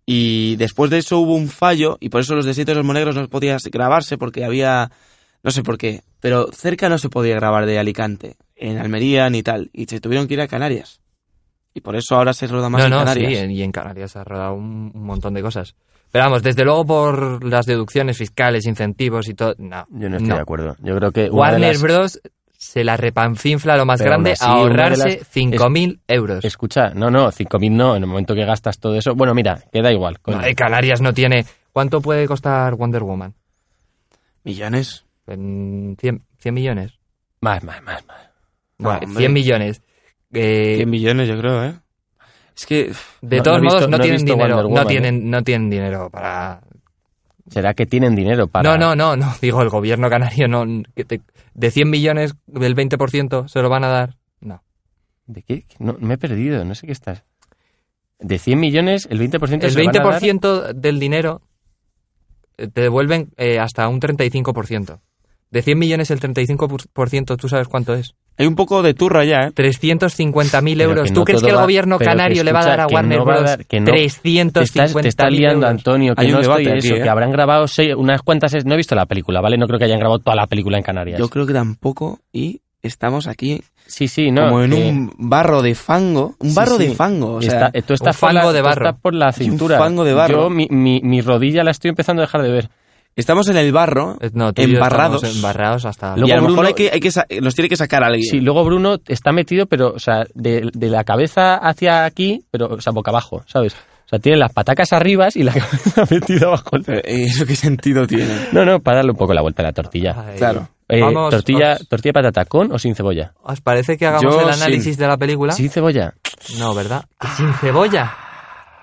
Y después de eso hubo un fallo y por eso los desiertos de los monegros no podías grabarse porque había, no sé por qué, pero cerca no se podía grabar de Alicante, en Almería ni tal, y se tuvieron que ir a Canarias. Y por eso ahora se roda más no, en no, eh. Canarias. sí, en- y en Canarias ha rodado un, un montón de cosas. Pero vamos, desde luego por las deducciones fiscales, incentivos y todo. No. Yo no estoy de acuerdo. Yo creo que. una de Warner las- Bros. se la repanfinfla lo más Pero aún grande así, a una de las- ahorrarse 5.000 euros. Escucha, no, no, 5.000 no. En el momento que gastas todo eso. Bueno, mira, queda igual. coño. Madre, Canarias no tiene. ¿Cuánto puede costar Wonder Woman? ¿Millones? En 100, 100 millones. Más, más, más, más. No, Bueno, hombre. 100 millones. Eh, 100 millones, yo creo, ¿eh? Es que. de No, todos no he modos, visto- no, no he tienen visto dinero. Wonder no, Woman, ¿eh? tienen, no tienen dinero para. ¿Será que tienen dinero para.? No, no, no, no. Digo, el gobierno canario no. que te- de 100 millones, el 20% se lo van a dar. No. ¿De qué? No, me he perdido, no sé qué estás. De 100 millones, el 20% El se lo van a dar. 20% del dinero eh, te devuelven eh, hasta un 35%. De 100 millones, el 35%, ¿tú sabes cuánto es? Hay un poco de turra ya, ¿eh? 350.000 Pero euros. que ¿Tú no crees todo que el va- gobierno pero que canario le va a escucha, dar a que Warner no va a Bros. dar- que no. trescientos Te estás, te estás liando, Antonio, que Hay un no estoy debate eso, aquí, ¿eh? que habrán grabado seis- unas cuantas... es- No he visto la película, ¿vale? No creo que hayan grabado toda la película en Canarias. Yo creo que tampoco. Y estamos aquí sí, sí, no. como en que- un barro de fango. Un Sí, barro sí. de fango. O está- sea, eh, tú estás un por la- fango de tú barro. estás por la cintura. fango de barro. Yo, mi, mi- mi rodilla la estoy empezando a dejar de ver. estamos en el barro. eh, Eh, No, tú y yo Embarrados. estamos embarrados hasta... Luego y a lo mejor Bruno- hay que, hay que sa- nos tiene que sacar alguien. Sí, luego Bruno está metido, pero, o sea, de, de la cabeza hacia aquí, pero, o sea, boca abajo, ¿sabes? O sea, tiene las patacas arriba y la *laughs* cabeza metida abajo. Pero, *laughs* eh, ¿Eso qué sentido tiene? No, no, para darle un poco la vuelta a la tortilla. Ay, Claro. Eh, Vamos, tortilla, os- tortilla de patata con o sin cebolla. ¿Os parece que hagamos Yo el análisis de la película? Sin cebolla. No, ¿verdad? Sin cebolla.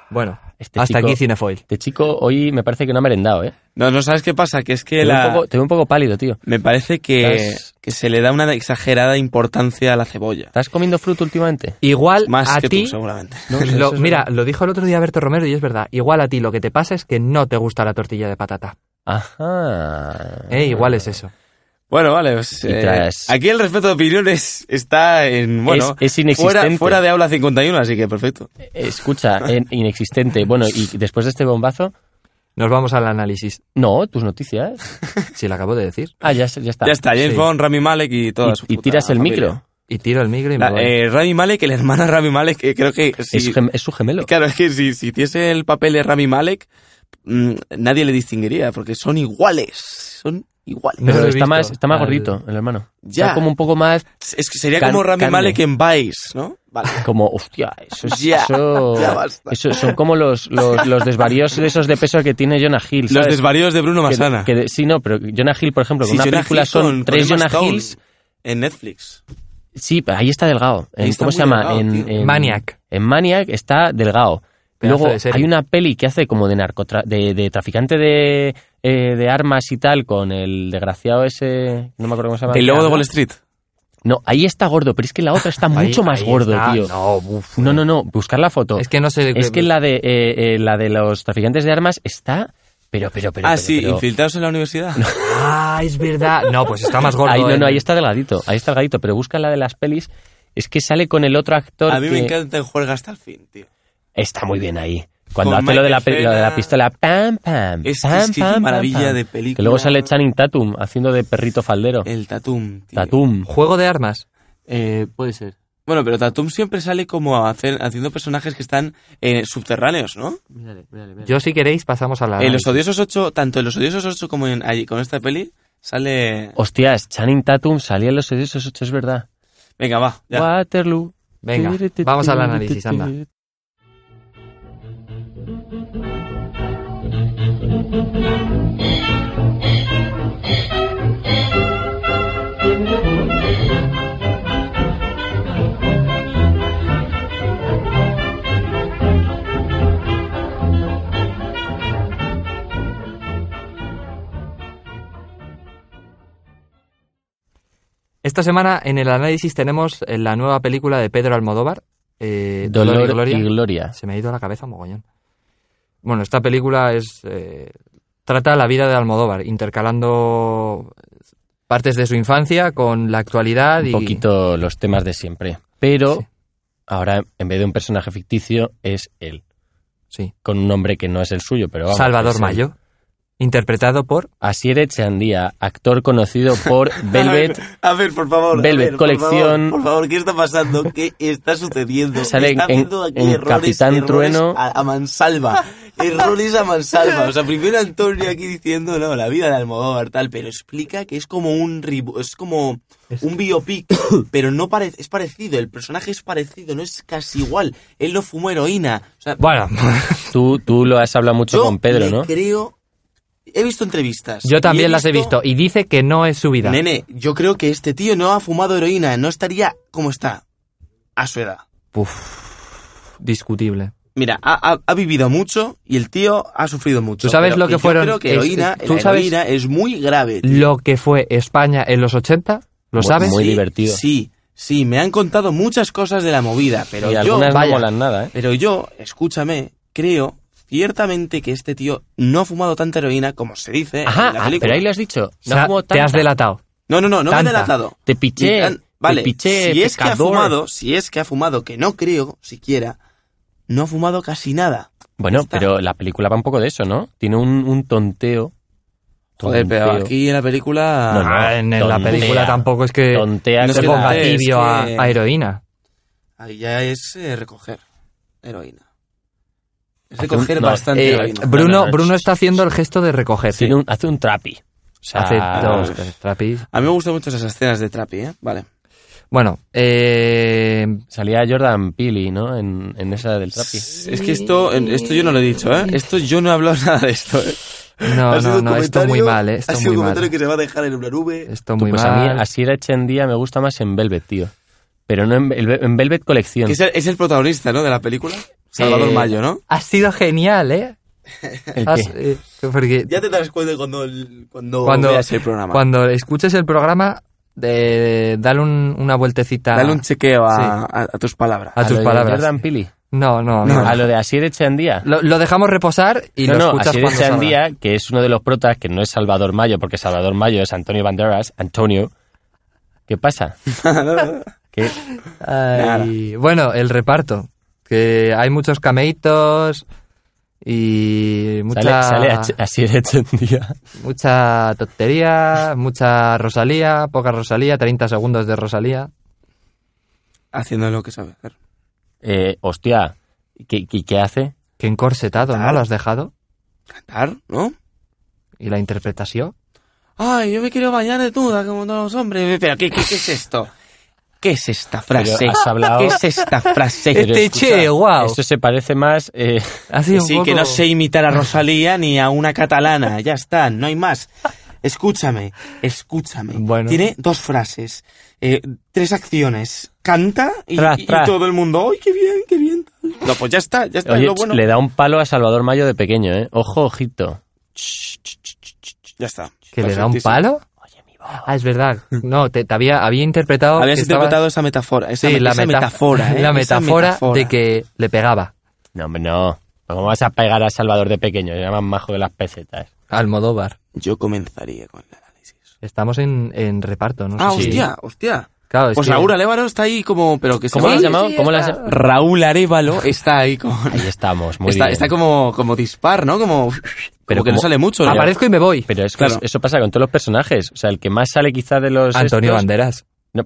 Bueno, Este hasta chico- aquí Cinefoil. Este chico hoy me parece que no ha merendado, ¿eh? No, no sabes qué pasa, que es que Te, veo un la. poco, te veo un poco pálido, tío. Me parece que, Estás- que se le da una exagerada importancia a la cebolla. ¿Estás comiendo fruta últimamente? Igual Más a que ti... tú, seguramente. *laughs* No, Lo- eso es mira, verdad. lo dijo el otro día Berto Romero y es verdad. Igual a ti lo que te pasa es que no te gusta la tortilla de patata. Ajá. Eh, Igual es eso. Bueno, vale. pues, Y eh, tras- aquí el respeto de opiniones está en. Bueno, es fuera, inexistente. fuera de aula 51, así que perfecto. Eh, Escucha, en- inexistente. Bueno, y después de este bombazo, Nos vamos al análisis. no, tus noticias. Si lo acabo de decir. Ah, ya, se- ya está. Ya está, James sí. Bond, Rami Malek y Y, todas. y tiras el micro. Y tiro el micro y me eh, voy. eh, Rami Malek, el hermano de Rami Malek, que creo que. Si, Es, gem- es su gemelo. Claro, es que si, si hiciese el papel de Rami Malek, mm, nadie le distinguiría, porque son iguales. Son iguales. No lo Pero he está visto. más, está más Al- gordito, el hermano. Ya. Está como un poco más, Es que sería Can- como Rami carne. Malek en Vice, ¿no? Vale. como, hostia, eso es, *laughs* Ya, eso, ya basta. eso- son como los, los, los desvaríos esos de peso que tiene Jonah Hill, Los ¿sabes? desvaríos de Bruno Que- Masana. que de- sí, no, pero Jonah Hill, por ejemplo, con Sí, una Jonah película Hill son con- con tres Emma Jonah Stone Hills. En Netflix. Sí, pero ahí está delgado. En- Ahí está ¿Cómo muy se llama? delgado, en, tío. en- Maniac. En Maniac está delgado. Pedazo Luego de serie. hay una peli que hace como de narcotra de, de traficante de, eh, de armas y tal con el desgraciado ese, no me acuerdo cómo se llama. El logo de Wall Street. No, ahí está gordo, pero es que la otra está Ahí- mucho más ahí gordo, está. tío. No, uf. No, no, no, buscar la foto. Es que no sé... Es que la de eh, eh, la de los traficantes de armas está, pero, pero, pero. ah, pero, sí, pero- infiltrados en la *laughs* universidad. Ah, es verdad. No, pues está más gordo. Ahí, no, eh. no, ahí está delgadito, ahí está delgadito, pero busca la de las pelis. Es que sale con el otro actor. A mí me que- encanta el juega hasta el fin, tío. Está muy bien ahí. Cuando Con hace lo de, la, Michael pe- lo de la Cera. pistola, pam, pam. Es que pam, es que qué pam, pam, maravilla pam. de película. Que luego sale Channing Tatum haciendo de perrito faldero. El Tatum, tío. Tatum. Juego de armas. Eh, puede ser. Bueno, pero Tatum siempre sale como a hacer- haciendo personajes que están eh, subterráneos, ¿no? Yo, si queréis, pasamos a la... En Los Odiosos 8, tanto en Los Odiosos 8 como en, allí, con esta peli, sale... Hostias, Channing Tatum salía en los esos ocho, es verdad. Venga, va. ya. Waterloo. Venga, vamos al análisis, anda. Esta semana en el análisis tenemos eh, la nueva película de Pedro Almodóvar, eh, Dolor, Dolor y Gloria. y Gloria. Se me ha ido a la cabeza mogollón. Bueno, esta película es eh, trata la vida de Almodóvar, intercalando partes de su infancia con la actualidad Un y poquito los temas de siempre. Pero Sí. ahora, en vez de un personaje ficticio, es él. sí, Con un nombre que no es el suyo, pero vamos. Salvador es él. Mayo, interpretado por Asier Echeandía, actor conocido *laughs* por Velvet, A ver, a ver, por favor. Velvet a ver, Colección. Por favor, por favor, ¿qué está pasando? ¿Qué está sucediendo? Sale Está en- habiendo aquí en errores, Capitán errores Trueno. A, a mansalva. Errores a mansalva. O sea, primero Antonio aquí diciendo, no, la vida de Almodóvar, tal, pero explica que es como un ribo- es como *coughs* un biopic, pero no parece, es parecido, el personaje es parecido, no es casi igual. Él no fumó heroína. O sea, Bueno, Tú, tú lo has hablado mucho yo con Pedro, le ¿no? creo... He visto entrevistas. *laughs* y yo también las he visto- visto y dice que no es su vida. Nene, yo creo que este tío no ha fumado heroína, no estaría como está a su edad. Uf, discutible. Mira, ha, ha- ha vivido mucho y el tío ha sufrido mucho. ¿Tú sabes lo que yo fueron- creo que es- heroína, tú la sabes- heroína es muy grave. tío. Lo que fue España en los 80, ¿lo Muy- sabes? muy Sí, divertido. Sí, sí, me han contado muchas cosas de la movida, pero y yo, algunas vaya. no molan nada, ¿eh? pero yo, escúchame, creo ciertamente que este tío no ha fumado tanta heroína como se dice en la Ajá, ah, película. pero ahí lo has dicho. O sea, No como te has tanta. delatado. No, no, no, no me han Tanta. delatado. Te Ni piché. tan- vale, te piché, si es que ha pecador. fumado, si es que ha fumado, que no creo siquiera, no ha fumado casi nada. Bueno, Está. pero la película va un poco de eso, ¿no? Tiene un, un tonteo. Tonteo. en la película... No, no. Ah, en, en la tontea. película tampoco es que Tontea No es se con que la- ponga tontea, es tibio a, que- a heroína. Ahí ya es eh, recoger heroína. Es Hace un- recoger no, bastante eh, heroína. br- Bruno, no, no, Bruno no. está haciendo el gesto de recoger. Tiene un- hace un trapi. O sea, Hace dos, tres trapis. A mí me gustan mucho esas escenas de Trapi, ¿eh? Vale. Bueno, eh, Salía Jordan Peele, ¿no? En, en esa del trapi. Es que esto, en- esto yo no lo he dicho, ¿eh? Esto yo no he hablado *laughs* nada de esto, ¿eh? Ha no, sido no, un no, esto muy comentario- mal, eh, esto ha sido muy un mal. comentario que se va a dejar en una nube. Esto Tú, muy pues mal. a mí, Asira Echendía me gusta más en Velvet, tío. Pero no en, Vel- en Velvet Colección. Que es, el, es el protagonista, ¿no? De la película. Salvador Eh, Mayo, ¿no? Has sido genial, ¿eh? ¿El Has- qué? eh, porque Ya te darás cuenta cuando, el- cuando, Cuando- veas el programa. cuando escuches el programa, de, dale un- una vueltecita. Dale un chequeo a, Sí. a- a tus palabras. A lo tus de palabras. Jordan Peele. No, no, no. A lo de Asier Echendía. Lo, lo dejamos reposar y no, lo no, escuchas Asier cuando salga. Echendía, que es uno de los protas, que no es Salvador Mayo, porque Salvador Mayo es Antonio Banderas. Antonio. ¿Qué pasa? ¿Qué? Ay, bueno, el reparto. Que hay muchos cameitos y mucha, Sale, sale Ach- Asier Echendía. mucha tontería, mucha Rosalía, poca Rosalía, 30 segundos de Rosalía. Haciendo lo que sabe hacer. Eh, hostia, ¿qué, qué, qué hace? Qué encorsetado, ¿no? Claro. Lo has dejado. Cantar, ¿no? Y la interpretación. Ay, yo me quiero bañar de duda como todos los hombres. Pero, ¿qué, qué, qué es esto? ¿Qué es esta frase? Pero has hablado- ¿Qué es esta frase? Pero Este escucha, che, guau. Esto se parece más... eh, Ha Que sido un sí, poco- que no sé imitar a Rosalía ni a una catalana. Ya está, no hay más. Escúchame, escúchame. Bueno. Tiene dos frases, eh, tres acciones. Canta y, Tras, y- y tras. todo el mundo, ¡ay, qué bien, qué bien! No, pues ya está, ya está, es oye, lo bueno. le da un palo a Salvador Mayo de pequeño, ¿eh? Ojo, ojito. Ya está. ¿Que le da un Perfectísimo. palo? Ah, es verdad. No, te, te había, había interpretado. Habías que estabas- interpretado esa metáfora, esa, sí, me- la esa metaf- *laughs* metáfora, ¿eh? La Esa metáfora, de metáfora. que le pegaba. No, hombre, no. ¿Cómo vas a pegar a Salvador de pequeño? Era más majo que las pesetas. Almodóvar. Yo comenzaría con el análisis. Estamos en, en reparto, ¿no? Ah, sé si- hostia, hostia. Claro, es Pues que- Raúl Arevalo está ahí como... Pero que se ¿Cómo va- lo has llamado? sí, ¿Cómo lo has está- llamado? Raúl Arevalo está ahí con... Ahí estamos, muy está, bien. está como, como dispar, ¿no? Como, Pero como que no como- sale mucho, ¿no? Aparezco y me voy. Pero es que Claro. es- eso pasa con todos los personajes. O sea, el que más sale quizá de los... Antonio estos- Banderas. No, *laughs*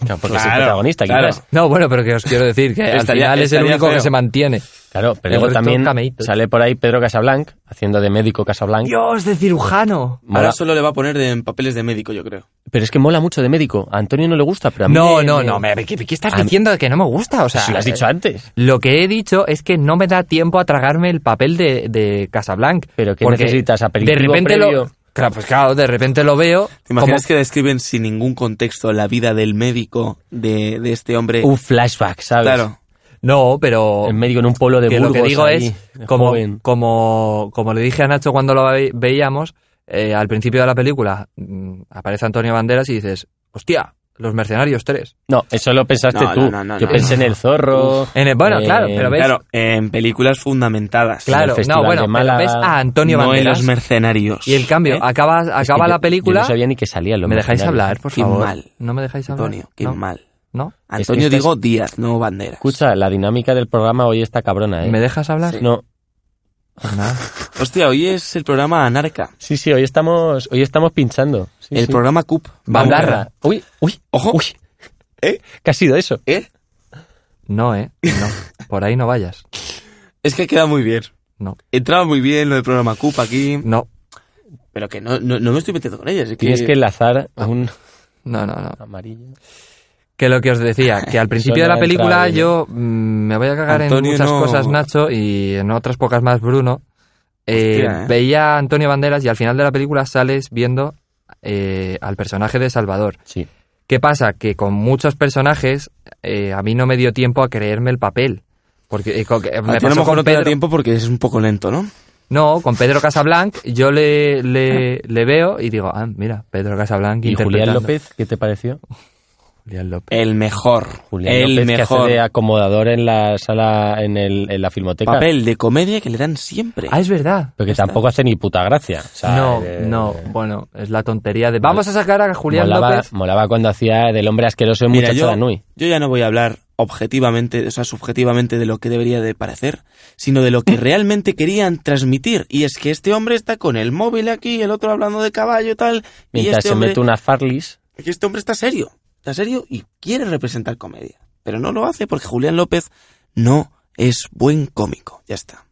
claro, porque es el Claro, protagonista, claro. quizás. No, bueno, pero que os quiero decir que al Estaría- final es el estaría único que feo. se mantiene. Claro, pero El luego resto también cameitos. sale por ahí Pedro Casablanc, haciendo de médico Casablanc. Dios, de cirujano. Mola- Ahora solo le va a poner de- en papeles de médico, yo creo. Pero es que mola mucho de médico. A Antonio no le gusta, pero a mí No, me- no, me- no, me- ¿qué, qué estás eh, A mí- diciendo de que no me gusta? O sea, eh, Si lo has dicho antes. lo que he dicho es que no me da tiempo a tragarme el papel de, de Casablanc. Pero ¿qué porque necesitas? De ¿Aperitivo repente lo... previo? Claro, pues claro, de repente lo veo ¿Te imaginas como- que describen sin ningún contexto la vida del médico de, de este hombre? Un flashback, ¿sabes? claro. No, pero... El médico en un pueblo de que lo Burgos. que digo ahí, es, como, joven. como, como le dije a Nacho cuando lo ve- veíamos, eh, al principio de la película mm, aparece Antonio Banderas y dices, hostia, los mercenarios tres. No, eso lo pensaste No, tú. no, no, no, Yo no. pensé en el zorro. En el- bueno, claro, Eh, pero ¿Ves? Claro, en películas fundamentadas. Claro, Claro, no, Festival bueno, de pero Málaga, ves a Antonio no en Banderas los mercenarios. y el cambio, ¿Eh? acaba, acaba Es que yo- la yo película. no sabía ni que salía. ¿Me dejáis hablar, por Qué favor? mal. ¿No me dejáis hablar? Antonio, qué ¿No? mal. ¿No? Antonio estás- digo Díaz, no Banderas. Escucha, la dinámica del programa hoy está cabrona, ¿eh? ¿Me dejas hablar? No. Pues nada. Hostia, hoy es el programa Anarca. Sí, sí, hoy estamos, hoy estamos pinchando. Sí, el sí. programa CUP. Vamos. Bandarra. Uy, uy, Ojo. uy. ¿Eh? ¿Qué ha sido eso? ¿Eh? No, eh. No. Por ahí no vayas. Es que queda muy bien. No, Entraba muy bien lo del programa CUP aquí, no, pero que no, no, no me estoy metiendo con ellas. Es Tienes que enlazar ah. a un no, no, no. amarillo. Que lo que os decía, que al principio de Solo la película entra el- yo mm, me voy a cagar Antonio, en muchas no. cosas Nacho y en otras pocas más Bruno. Eh, Hostia, ¿eh? Veía a Antonio Banderas y al final de la película sales viendo eh, al personaje de Salvador. Sí. ¿Qué pasa? Que con muchos personajes eh, a mí no me dio tiempo a creerme el papel. Porque eh, co- que- A me ti a pasó lo mejor con no te da Pedro- tiempo porque es un poco lento, ¿no? No, con Pedro Casablanc yo le, *laughs* le, le veo y digo, ah, mira, Pedro Casablanc ¿Y Julián interpretando. López qué te pareció? Julián López. El mejor. Julián el López que mejor. hace de acomodador en la sala, en, el, en la filmoteca. papel de comedia que le dan siempre. Ah, es verdad. Pero que tampoco hace ni puta gracia. O sea, No, eh, no, bueno, es la tontería de... Vamos a sacar a Julián molaba, López. molaba cuando hacía del hombre asqueroso en Mira, Muchacho yo- Danui. Yo ya no voy a hablar objetivamente, o sea, subjetivamente de lo que debería de parecer, sino de lo *laughs* que realmente querían transmitir. Y es que este hombre está con el móvil aquí, el otro hablando de caballo tal, y Mientras este se hombre, mete una Farlis. es que este hombre está serio, está serio y quiere representar comedia, pero no lo hace porque Julián López no es buen cómico. Ya está.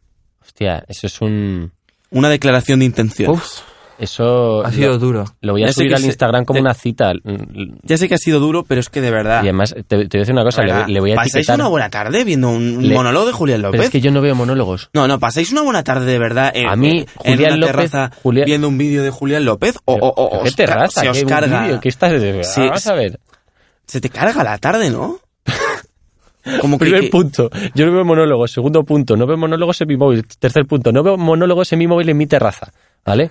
Hostia, eso es un. Una declaración de intención. Uf, Eso. ha lo- sido duro. Lo voy a Ya sé subir que al se- Instagram como ya- una cita. Y Ya sé que ha sido duro, pero es que de verdad. además, te, te voy a decir una cosa, de le, verdad, voy- le voy a pasáis etiquetar. una buena tarde viendo un un Le- monólogo de Julián López. Pero es que yo no veo monólogos. No, no, pasáis una buena tarde de verdad en, A mí, en Julián una López, terraza Julián- viendo un vídeo de Julián López o, Pero- o- o pero os ¿Qué ca- terraza? se ¿Qué os un carga. vídeo? ¿Qué estás de- Ah, Sí, Vamos a ver. Se te carga la tarde, *laughs* ¿no? Como que, Primer que- punto, yo no veo monólogos. Segundo punto, no veo monólogos en mi móvil. Tercer punto, no veo monólogos en mi móvil en mi terraza. ¿Vale?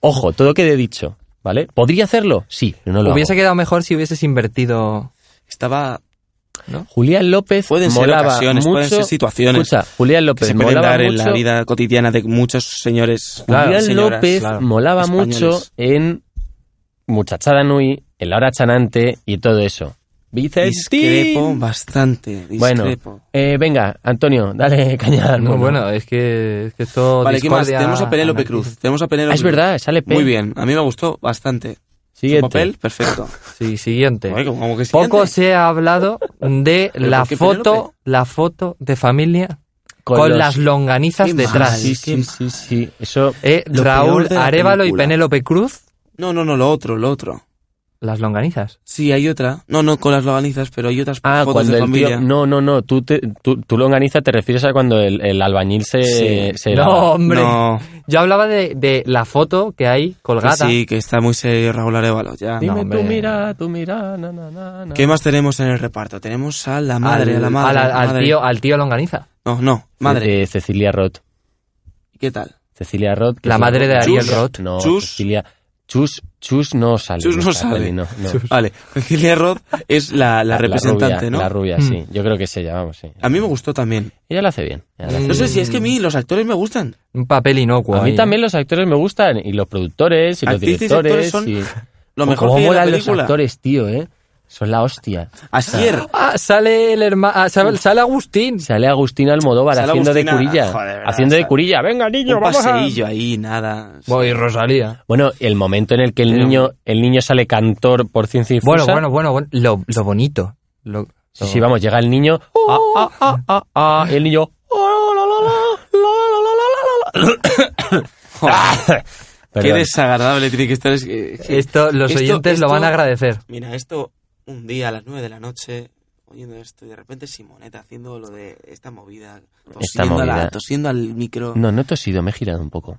Ojo, todo quede dicho. ¿Vale? ¿Podría hacerlo? Sí, pero no lo Hubiese hago. quedado mejor si hubieses invertido... estaba Julián López pueden ser molaba ocasiones, mucho. pueden ser situaciones Escucha, Julián que López se pueden molaba dar en mucho. la vida cotidiana de muchos señores. Julián señoras, López claro, molaba españoles. mucho en Muchachada Nui, El Hora Chanante y todo eso. Discrepo Vicentín. bastante, Bueno, discrepo. eh, venga, Antonio, dale *laughs* cañada al No, mono. bueno, es que, es que esto... vale, ¿qué más? discordia, Tenemos a Penélope anarquía. Cruz. Tenemos a Penélope Ah, es Cruz. verdad, sale P. Muy bien, a mí me gustó bastante. Su Siguiente. papel, perfecto. Sí, siguiente. Oye, como- como que Poco siguiente. se ha hablado de ¿Pero la por qué foto, Penélope? la foto de familia con, los- las Qué longanizas detrás. mal. Sí, sí, sí, sí. Eso. Eh, Lo Raúl peor de la Arevalo y película. Penélope Cruz, No, no, no, lo otro, lo otro. las longanizas. Sí, hay otra. No, no con las loganizas, pero hay otras Ah, fotos cuando de el familia. tío. No, no, no. Tú, te, tú, tú lo organizas, te refieres a cuando el, el albañil se. Sí. Ah, se no, lava. hombre. No, Yo hablaba de, de la foto que hay que colgada. sí, que está muy serio Raúl Arevalo, ya. Sí. Dime hombre. tú, mira, tú, mira. na, na, na, na. ¿Qué más tenemos en el reparto? Tenemos a la madre, al, a la madre. al- al madre. tío, al tío longaniza. No, no, madre. Eh, eh, Cecilia Roth. ¿Qué tal? Cecilia Roth. que La es madre de Ariel Chus. Roth. No, Chus. Cecilia. Chus, Chus no sale. Chus en no esta sale. peli, No, no. Vale, *laughs* Cecilia Roth es la, la representante, rubia, ¿no? La rubia, Mm. sí. Yo creo que es ella, vamos, sí. A mí me gustó también. Ella lo hace bien. ella lo hace No sé si es que a mí los actores me gustan. Un papel inocuo. A mí ahí. también los actores me gustan, y los productores, y los Actrices y directores. actores son y... *laughs* Lo Como- mejor como que hay en la Pues molan los película. actores, tío, ¿eh? Son la hostia. Asier. Ah, sale el hermano. sale, sale Agustín. Sale Agustín Almodóvar Sale haciendo de Agustina, curilla. joder, verdad, haciendo de sale. curilla. Venga, niño, Un vamos a... paseillo ahí, nada. *laughs* Voy, Rosalía. Bueno, el momento en el que el niño, el niño sale cantor por ciencia infusa. Bueno, bueno, bueno, bueno, Lo, lo bonito. Lo- Sí, sí, vamos, llega el niño. ah, ah, ah, ah, ah, y el niño. oh, la, la, la, la, la, la, la, *coughs* la, *coughs* la. Qué Ah, Perdón. desagradable tiene que estar. es que- es que- Esto, los Esto- oyentes lo esto- van a agradecer. Mira, esto un día a las 9 de la noche, oyendo esto, y de repente Simoneta haciendo lo de esta movida, tosiendo, a la- movida. tosiendo al micro. No, no he tosido, me he girado un poco.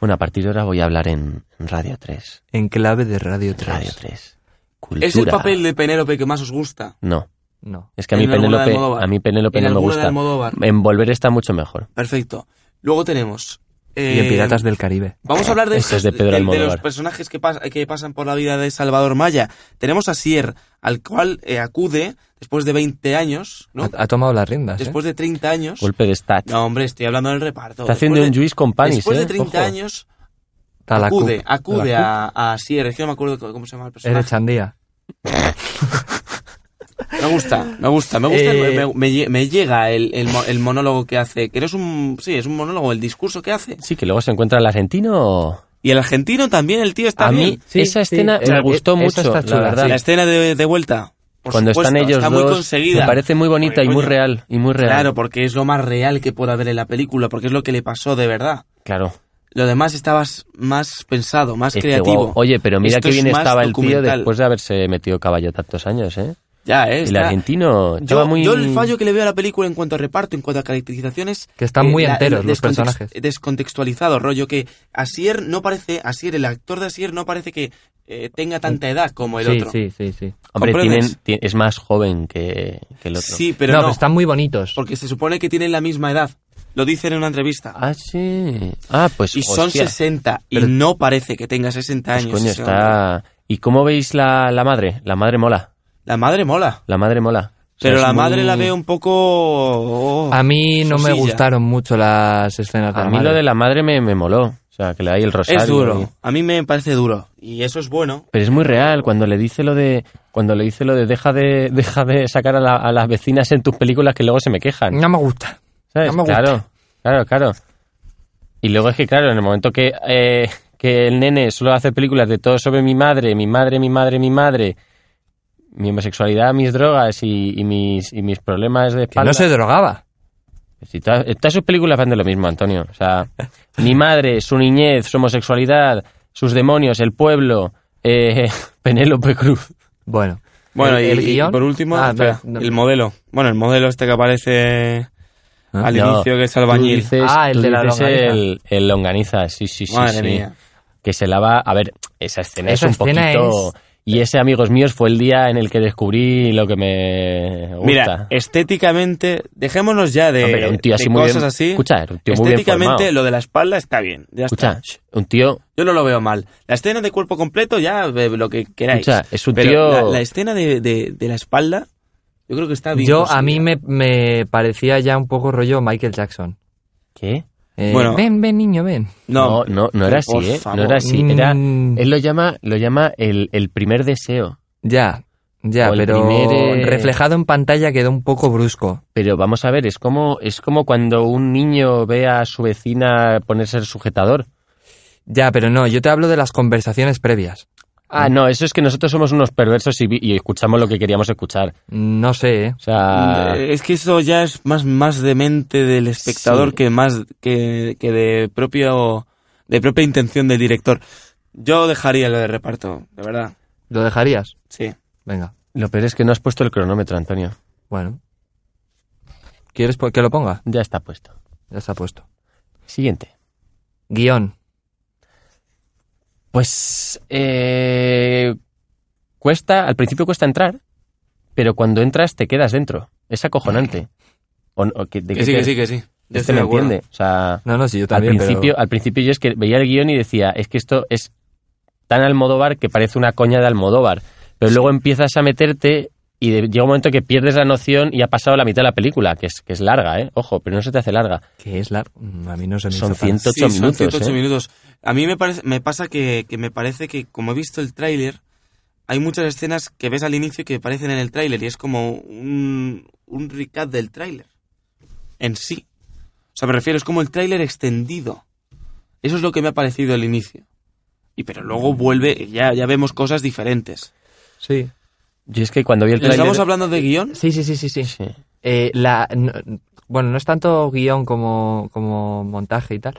Bueno, a partir de ahora voy a hablar en Radio 3. En clave de Radio 3. Radio 3. Cultura. ¿Es el papel de Penélope que más os gusta? No, No. es que a mí En alguna de Penélope, Almodóvar. a mí Penélope en no me alguna de gusta. Almodóvar. Envolver está mucho mejor. Perfecto. Luego tenemos... Y en eh, Piratas del Caribe. Vamos a hablar de, Eso es de Pedro Almodóvar. los personajes que, pas- que pasan por la vida de Salvador Maya. Tenemos a Sier, al cual eh, acude después de 20 años, ¿no? Ha, ha tomado las riendas. ¿eh? Después de 30 años... Golpe de stat. No, hombre, estoy hablando del reparto. está Después haciendo de- un Juice con panis, Después ¿eh? de 30 Ojo. años, Talacup. acude, acude Talacup. a, a Sier, es que no me acuerdo cómo se llama el Eres personaje. Chandía. Me gusta, me gusta, me gusta, Eh, me, me lle- me llega el, el mo- el monólogo que hace, que no es un, sí, es un monólogo, el discurso que hace. Sí, que luego se encuentra el argentino. Y el argentino también, el tío está a mí bien. Sí, esa sí, escena eh, me gustó eh, esa mucho, está chula, la verdad. La escena de, de vuelta, por cuando supuesto, están ellos está muy dos, conseguida. me parece muy bonita Oye, y muy coño. real, y muy real. Claro, porque es lo más real que pueda haber en la película, porque es lo que le pasó de verdad. Claro. Lo demás estabas más pensado, más Es que, creativo. Este, guau, Oye, pero mira Esto qué es bien más estaba el tío documental. después de haberse metido caballo tantos años, ¿eh? ya, eh, El está- argentino estaba yo, muy... yo el fallo que le veo a la película en cuanto a reparto, en cuanto a caracterizaciones... eh, Que están muy enteros los descontext- personajes. Descontextualizado, rollo que Asier no parece... Asier, el actor de Asier no parece que eh, tenga tanta edad como el sí, otro. sí, sí, sí. Hombre, ¿comprendes? tienen- ti- es más joven que, que el otro. Sí, pero no, no, pero están muy bonitos. porque se supone que tienen la misma edad. Lo dicen en una entrevista. Ah, sí. Ah, pues y son hostia. 60, y Pero- no parece que tenga 60 Pues, años. coño, ese hombre. está... ¿Y cómo veis la, la madre? La madre mola. La madre mola. La madre mola. O sea, Pero es la muy- madre la veo un poco... oh, A mí no me sosilla. gustaron mucho las escenas de A la mí lo madre. de la madre me, me moló. O sea, que le da ahí el rosario. Es y- duro. A mí me parece duro. Y eso es bueno. Pero es muy real. Cuando le dice lo de... Cuando le dice lo de deja de, deja de sacar a, la- a las vecinas en tus películas que luego se me quejan. No me gusta. ¿Sabes? No me gusta. Claro, claro, claro. Y luego es que, claro, en el momento que, eh, que el nene solo hace películas de todo sobre mi madre, mi madre, mi madre, mi madre, mi homosexualidad, mis drogas y, y mis, y mis problemas de Que espalda. no se drogaba. Pues Si todas, todas sus películas van de lo mismo, Antonio. *laughs* O sea, mi madre, su niñez, su homosexualidad, sus demonios, el pueblo, eh, *laughs* Penélope Cruz. Bueno. Bueno, ¿El- y, el y guión? por último, Ah, espera, espera, no. el modelo. Bueno, el modelo este que aparece al No, inicio, que es Tú albañil. dices- Ah, el tú de la dices longaniza. El, el longaniza, sí, sí, sí. Madre sí. mía. que se lava. A ver, esa escena Esa es un escena poquito. es- Y ese, amigos míos, fue el día en el que descubrí lo que me gusta. Mira, estéticamente, dejémonos ya de, Hombre, era un tío así de muy cosas bien- así. Escucha, era un tío muy bien estéticamente, formado. lo de la espalda está bien. Ya escucha, está. shh, un tío. Yo no lo veo mal. La escena de cuerpo completo, ya eh, lo que queráis. Escucha, es un Pero tío. La, la escena de, de- de la espalda, yo creo que está bien. Yo, a conseguida. mí me, me parecía ya un poco rollo Michael Jackson. ¿Qué? Eh, Bueno. ven, ven, niño, ven. No, No, no, no, era por así, ¿eh? favor. No era así. Era, Mm, él lo llama, lo llama el, el primer deseo. Ya, ya, o el pero primer, eh, reflejado en pantalla quedó un poco brusco. Pero vamos a ver, es como, es como cuando un niño ve a su vecina ponerse el sujetador. Ya, pero no, yo te hablo de las conversaciones previas. Mm. Ah, no, eso es que nosotros somos unos perversos y, vi- y escuchamos lo que queríamos escuchar. No sé, ¿eh? O sea, Eh, Es que eso ya es más, más de mente del espectador Sí. que más que, que de propio de propia intención del director. Yo dejaría lo de reparto, de verdad. ¿Lo dejarías? Sí. Venga, lo peor es que no has puesto el cronómetro, Antonio. bueno. ¿Quieres po- que lo ponga? Ya está puesto. Ya está puesto. Siguiente. Guión. Pues eh, cuesta, al principio cuesta entrar, pero cuando entras te quedas dentro. Es acojonante. O, o que, de Que qué sí, te- que sí, que sí. Yo este estoy me de acuerdo. entiende. O sea, No, no, sí, yo al también, pero- principio, al principio yo es que veía el guión y decía, es que esto es tan Almodóvar que parece una coña de Almodóvar. Pero luego empiezas a meterte y de- llega un momento que pierdes la noción y ha pasado la mitad de la película, que es, que es larga, ¿eh? Ojo, pero no se te hace larga. Que es largo. A mí no se me Son hizo tan- 108 Sí, son minutos. 108 ¿eh? minutos. A mí me, parece, me pasa que, que me parece que, como he visto el tráiler, hay muchas escenas que ves al inicio que aparecen en el tráiler y es como un, un recap del tráiler en sí. O sea, me refiero, es como el tráiler extendido. Eso es lo que me ha parecido al inicio. Y pero luego vuelve, ya, ya vemos cosas diferentes. Sí. Yo es que cuando vi el tráiler... ¿Estamos hablando de guión? Sí, sí, sí, sí, sí. Sí. Eh, la, n- bueno, no es tanto guión como, como montaje y tal,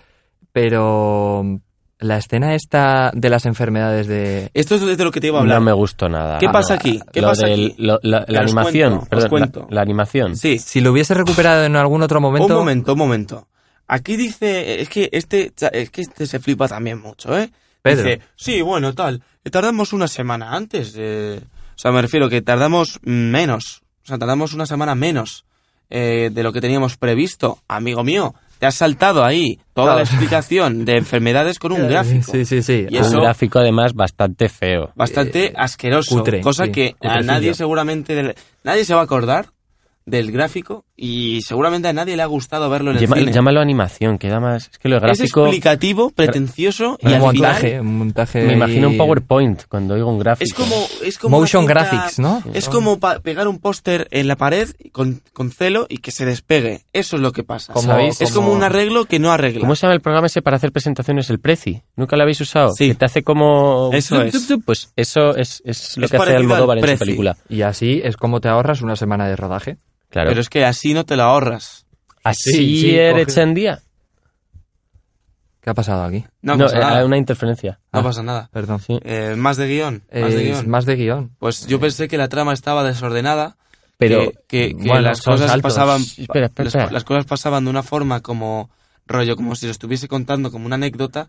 pero la escena esta de las enfermedades de... Esto es de lo que te iba a hablar. No me gustó nada. ¿Qué No. pasa aquí? ¿Qué Lo pasa del- aquí? lo- la, Que la os animación, cuento, os perdón, la- cuento. La, animación. Sí. Si lo hubiese recuperado en algún otro momento... Un momento, un momento. Aquí dice, es que este, cha- es que este se flipa también mucho, ¿eh? Pedro. Dice, sí, bueno, tal. eh, Tardamos una semana antes. eh, o sea, me refiero que tardamos menos. O sea, tardamos una semana menos eh, de lo que teníamos previsto. Amigo mío, te has saltado ahí toda la explicación de enfermedades con un *laughs* gráfico. Sí, sí, sí. Y Un eso- gráfico además bastante feo. Bastante asqueroso. Eh, cutre, cosa sí, que a cutrecillo. nadie seguramente... Nadie se va a acordar del gráfico y seguramente a nadie le ha gustado verlo en el Llama- cine. llámalo animación, queda más. Es que lo es gráfico. explicativo, pretencioso y Un al montaje, final un montaje. Me imagino ahí- un PowerPoint cuando oigo un gráfico. es como es como una Motion cinta- graphics, ¿no? Es como pa- pegar un póster en la pared con, con celo y que se despegue. Eso es lo que pasa. Como- ¿sabéis? Es como como- un arreglo que no arregla. ¿Cómo se llama el programa ese para hacer presentaciones? El Prezi. ¿Nunca lo habéis usado? Sí. Que te hace como... Eso tup, es. tup, tup. Pues eso es, es lo Es que hace parecido al Almodóvar en su Prezi. película. Y así es como te ahorras una semana de rodaje. Claro. Pero es que así no te la ahorras. Así Sí, sí, eres coge- Echandía. ¿Qué ha pasado aquí? No, No, pasa, eh, nada. una interferencia. No ah. pasa nada. Perdón. Sí. Eh, más de guión. Más de Eh, guión. más de guión. Pues yo pensé que la trama estaba desordenada. Pero que, que- que bueno, las son cosas saltos. pasaban Espera, espera, las, espera. las cosas pasaban de una forma como rollo como si lo estuviese contando como una anécdota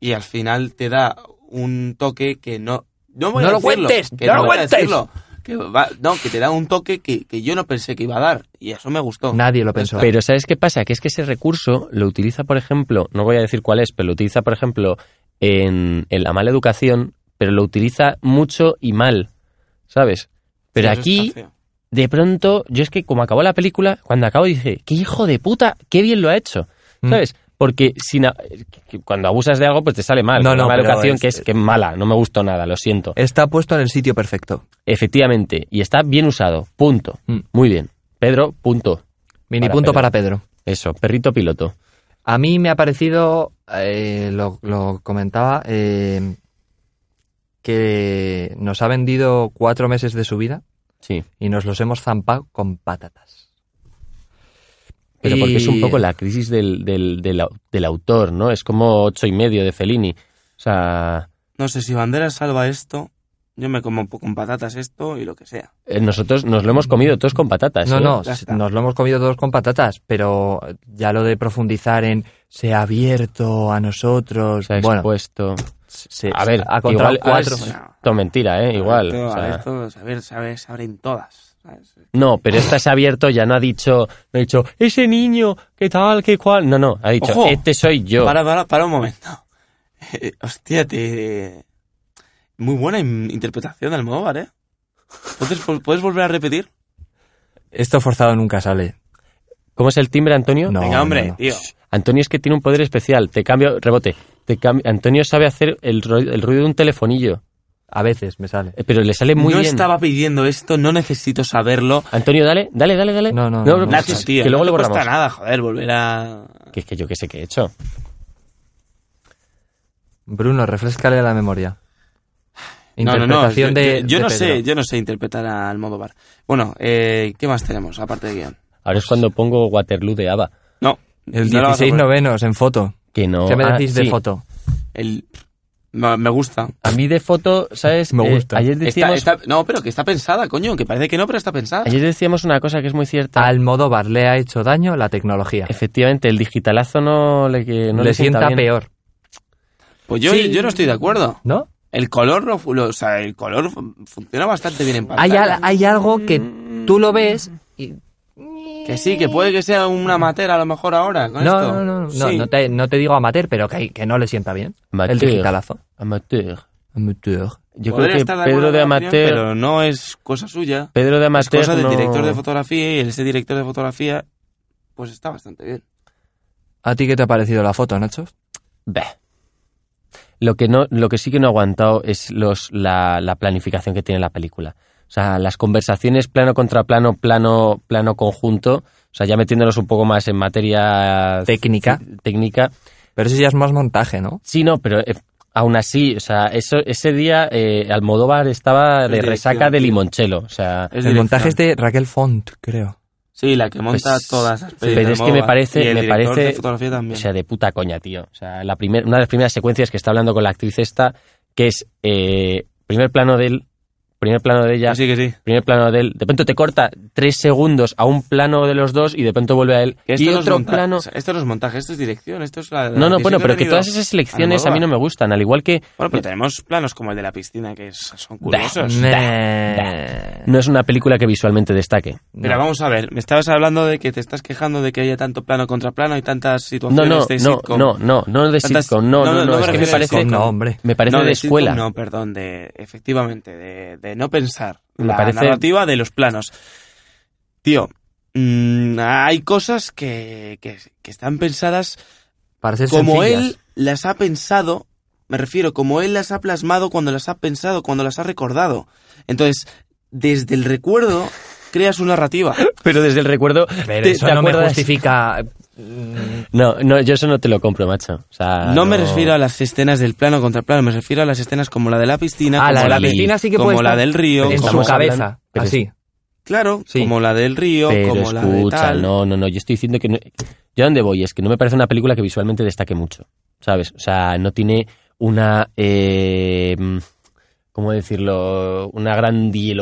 y al final te da un toque que no no, voy No a lo decirlo, cuentes, que no lo voy a cuentes. decirlo, que va- no que te da un toque que, que yo no pensé que iba a dar y eso me gustó Nadie lo pensó. Pero ¿sabes qué pasa? Que es que ese recurso lo utiliza, por ejemplo, no voy a decir cuál es, pero lo utiliza, por ejemplo, en, en la mala educación, pero lo utiliza mucho y mal, ¿sabes? Pero Eso aquí, está feo. de pronto, yo es que como acabó la película, cuando acabo dije, qué hijo de puta, qué bien lo ha hecho, Mm. ¿sabes? Porque sin a- que cuando abusas de algo, pues te sale mal. No, Con no, la mala pero educación es- que es eh, que es mala, no me gustó nada, lo siento. Está puesto en el sitio perfecto. Efectivamente, y está bien usado, punto. Mm. Muy bien. Pedro, punto. Mini Para punto Pedro. para Pedro. Eso, perrito piloto. A mí me ha parecido, eh, lo, lo comentaba, eh, que nos ha vendido cuatro meses de su vida Sí. y nos los hemos zampado con patatas. Pero porque es un Y- poco la crisis del, del, del au- del autor, ¿no? Es como ocho y medio de Fellini. O sea, no sé si bandera salva esto yo me como un poco con patatas esto y lo que sea eh, nosotros nos lo hemos comido todos con patatas. No, ¿eh? no, Ya si- está. nos lo hemos comido todos con patatas, pero ya lo de profundizar en se ha abierto a nosotros, Se ha bueno, expuesto. se- a ver, ha contado igual cuatro. es Bueno. todo mentira, ¿eh? Igual. Esto- o sea, esto, a ver sabe- se abren todas ¿sabes? no, pero esta se ha abierto, ya no ha dicho, no ha dicho, ese niño, qué tal, qué cual. No, no, ha dicho, Ojo. este soy yo. Para, para, para un momento. Eh, hostia, te... Muy buena in- interpretación de Almodóvar, ¿eh? ¿Puedes, vol- puedes volver a repetir? Esto forzado nunca sale. ¿Cómo es el timbre, Antonio? No, Venga, hombre, no, no. tío. Antonio es que tiene un poder especial. Te cambio, rebote. Te cam- Antonio sabe hacer el, ru- el ruido de un telefonillo, A veces me sale. eh, pero le sale muy no bien. estaba pidiendo esto, no necesito saberlo. Antonio, dale, dale, dale, dale. pues, No, no, no, no. Nacho, que- tío, que luego no lo te borramos. cuesta nada, joder, volver a... Que es que yo qué sé qué he hecho. Bruno, refrescale la memoria. No, no, Interpretación no, yo, de. yo- yo de no Pedro. sé, yo no sé interpretar a Almodóvar. Bueno, eh, ¿qué más tenemos aparte de guión? Ahora es cuando pongo Waterloo de Ava. No. El no la vas a 16 poner. novenos en foto. Que no. ¿Qué me Ah, decís de sí. foto? El- Me me gusta. A mí de foto, ¿sabes? Me Eh, gusta. ayer Está- decíamos, está- no, pero que está pensada, coño, que parece que no, pero está pensada. ayer decíamos una cosa que es muy cierta. A Almodóvar le ha hecho daño la tecnología. Efectivamente, el digitalazo no le, que no le, sienta bien. peor, Pues yo, yo no estoy de acuerdo. ¿no? El color, lo fu- lo- o sea, el color fu- funciona bastante bien en Hay, pantalla. al- hay algo que tú lo ves y. Que sí, que puede que sea una matera a lo mejor ahora. No, Con esto. no, no, no, Sí. no te, no te digo amateur, pero que, que no le sienta bien. Amateur. El digitalazo. Amateur. Amateur. Podría Yo creo que estar de acuerdo Pedro de con la opinión, Amateur. pero no es cosa suya. Pedro de Es Amateur. cosa del no- director de fotografía y ese director de fotografía, pues está bastante bien. ¿A ti qué te ha parecido la foto, Nacho? Beh. Lo que, no, lo que sí que no he aguantado es los, la, la planificación que tiene la película. O sea, las conversaciones plano contra plano, plano, plano conjunto. O sea, ya metiéndonos un poco más en materia Técnica. ci- técnica. Pero eso ya es más montaje, ¿no? Sí, no, pero eh, aún así, o sea, eso, ese día eh, Almodóvar estaba de dirección, resaca de tío. limonchelo. O sea, Es el dirección. montaje es de Raquel Font, creo. Sí, la que monta este- Pues, todas las pero películas es de que me Almodóvar. parece- Y el me director parece- de fotografía también. O sea, de puta coña, tío. O sea, la primer- una de las primeras secuencias que está hablando con la actriz esta, que es eh, primer plano de él, primer plano de ella, Que sí, que sí. primer plano de él. De pronto te corta tres segundos a un plano de los dos y de pronto vuelve a él. Que esto y no es otro monta- plano... o sea, esto no es montaje, esto es dirección, esto es la... No, no, la bueno, decisión pero ha que tenido todas esas selecciones a mí Almodóvar. no me gustan. Al igual que Bueno, pero tenemos planos como el de la piscina que es- son curiosos. Nah. no es una película que visualmente destaque. Mira, vamos a ver, me estabas hablando de que te estás quejando de que haya tanto plano contra plano y tantas No, situaciones de no, no, este sitcom. no, no, no de Tantas- sitcom, no, no, no, me es que me refiero a parece, sitcom, No, hombre. me parece No, de, sitcom escuela. no, perdón, de efectivamente, de, de no pensar Me la parece- narrativa de los planos. Tío, mm, hay cosas que, que- que están pensadas Para ser como sencillas. él las ha pensado, me refiero, como él las ha plasmado cuando las ha pensado, cuando las ha recordado. Entonces, desde el recuerdo crea su narrativa. Pero desde el recuerdo. Pero te- eso te no me acuerdas- justifica. No, no, yo eso no te lo compro, macho. O sea, no, me refiero a las escenas del plano contra plano, me refiero a las escenas como la de la piscina, Ah, como la de la del- piscina sí que como puede la estar del río, En su como, Estamos hablando- cabeza. pero es- Así. claro, Sí. como la del río, Pero como la de escucha, tal. no, no, no. Yo estoy diciendo que. No, yo a donde voy es que no me parece una película que visualmente destaque mucho. ¿Sabes? O sea, no tiene una. eh, ¿Cómo decirlo? Una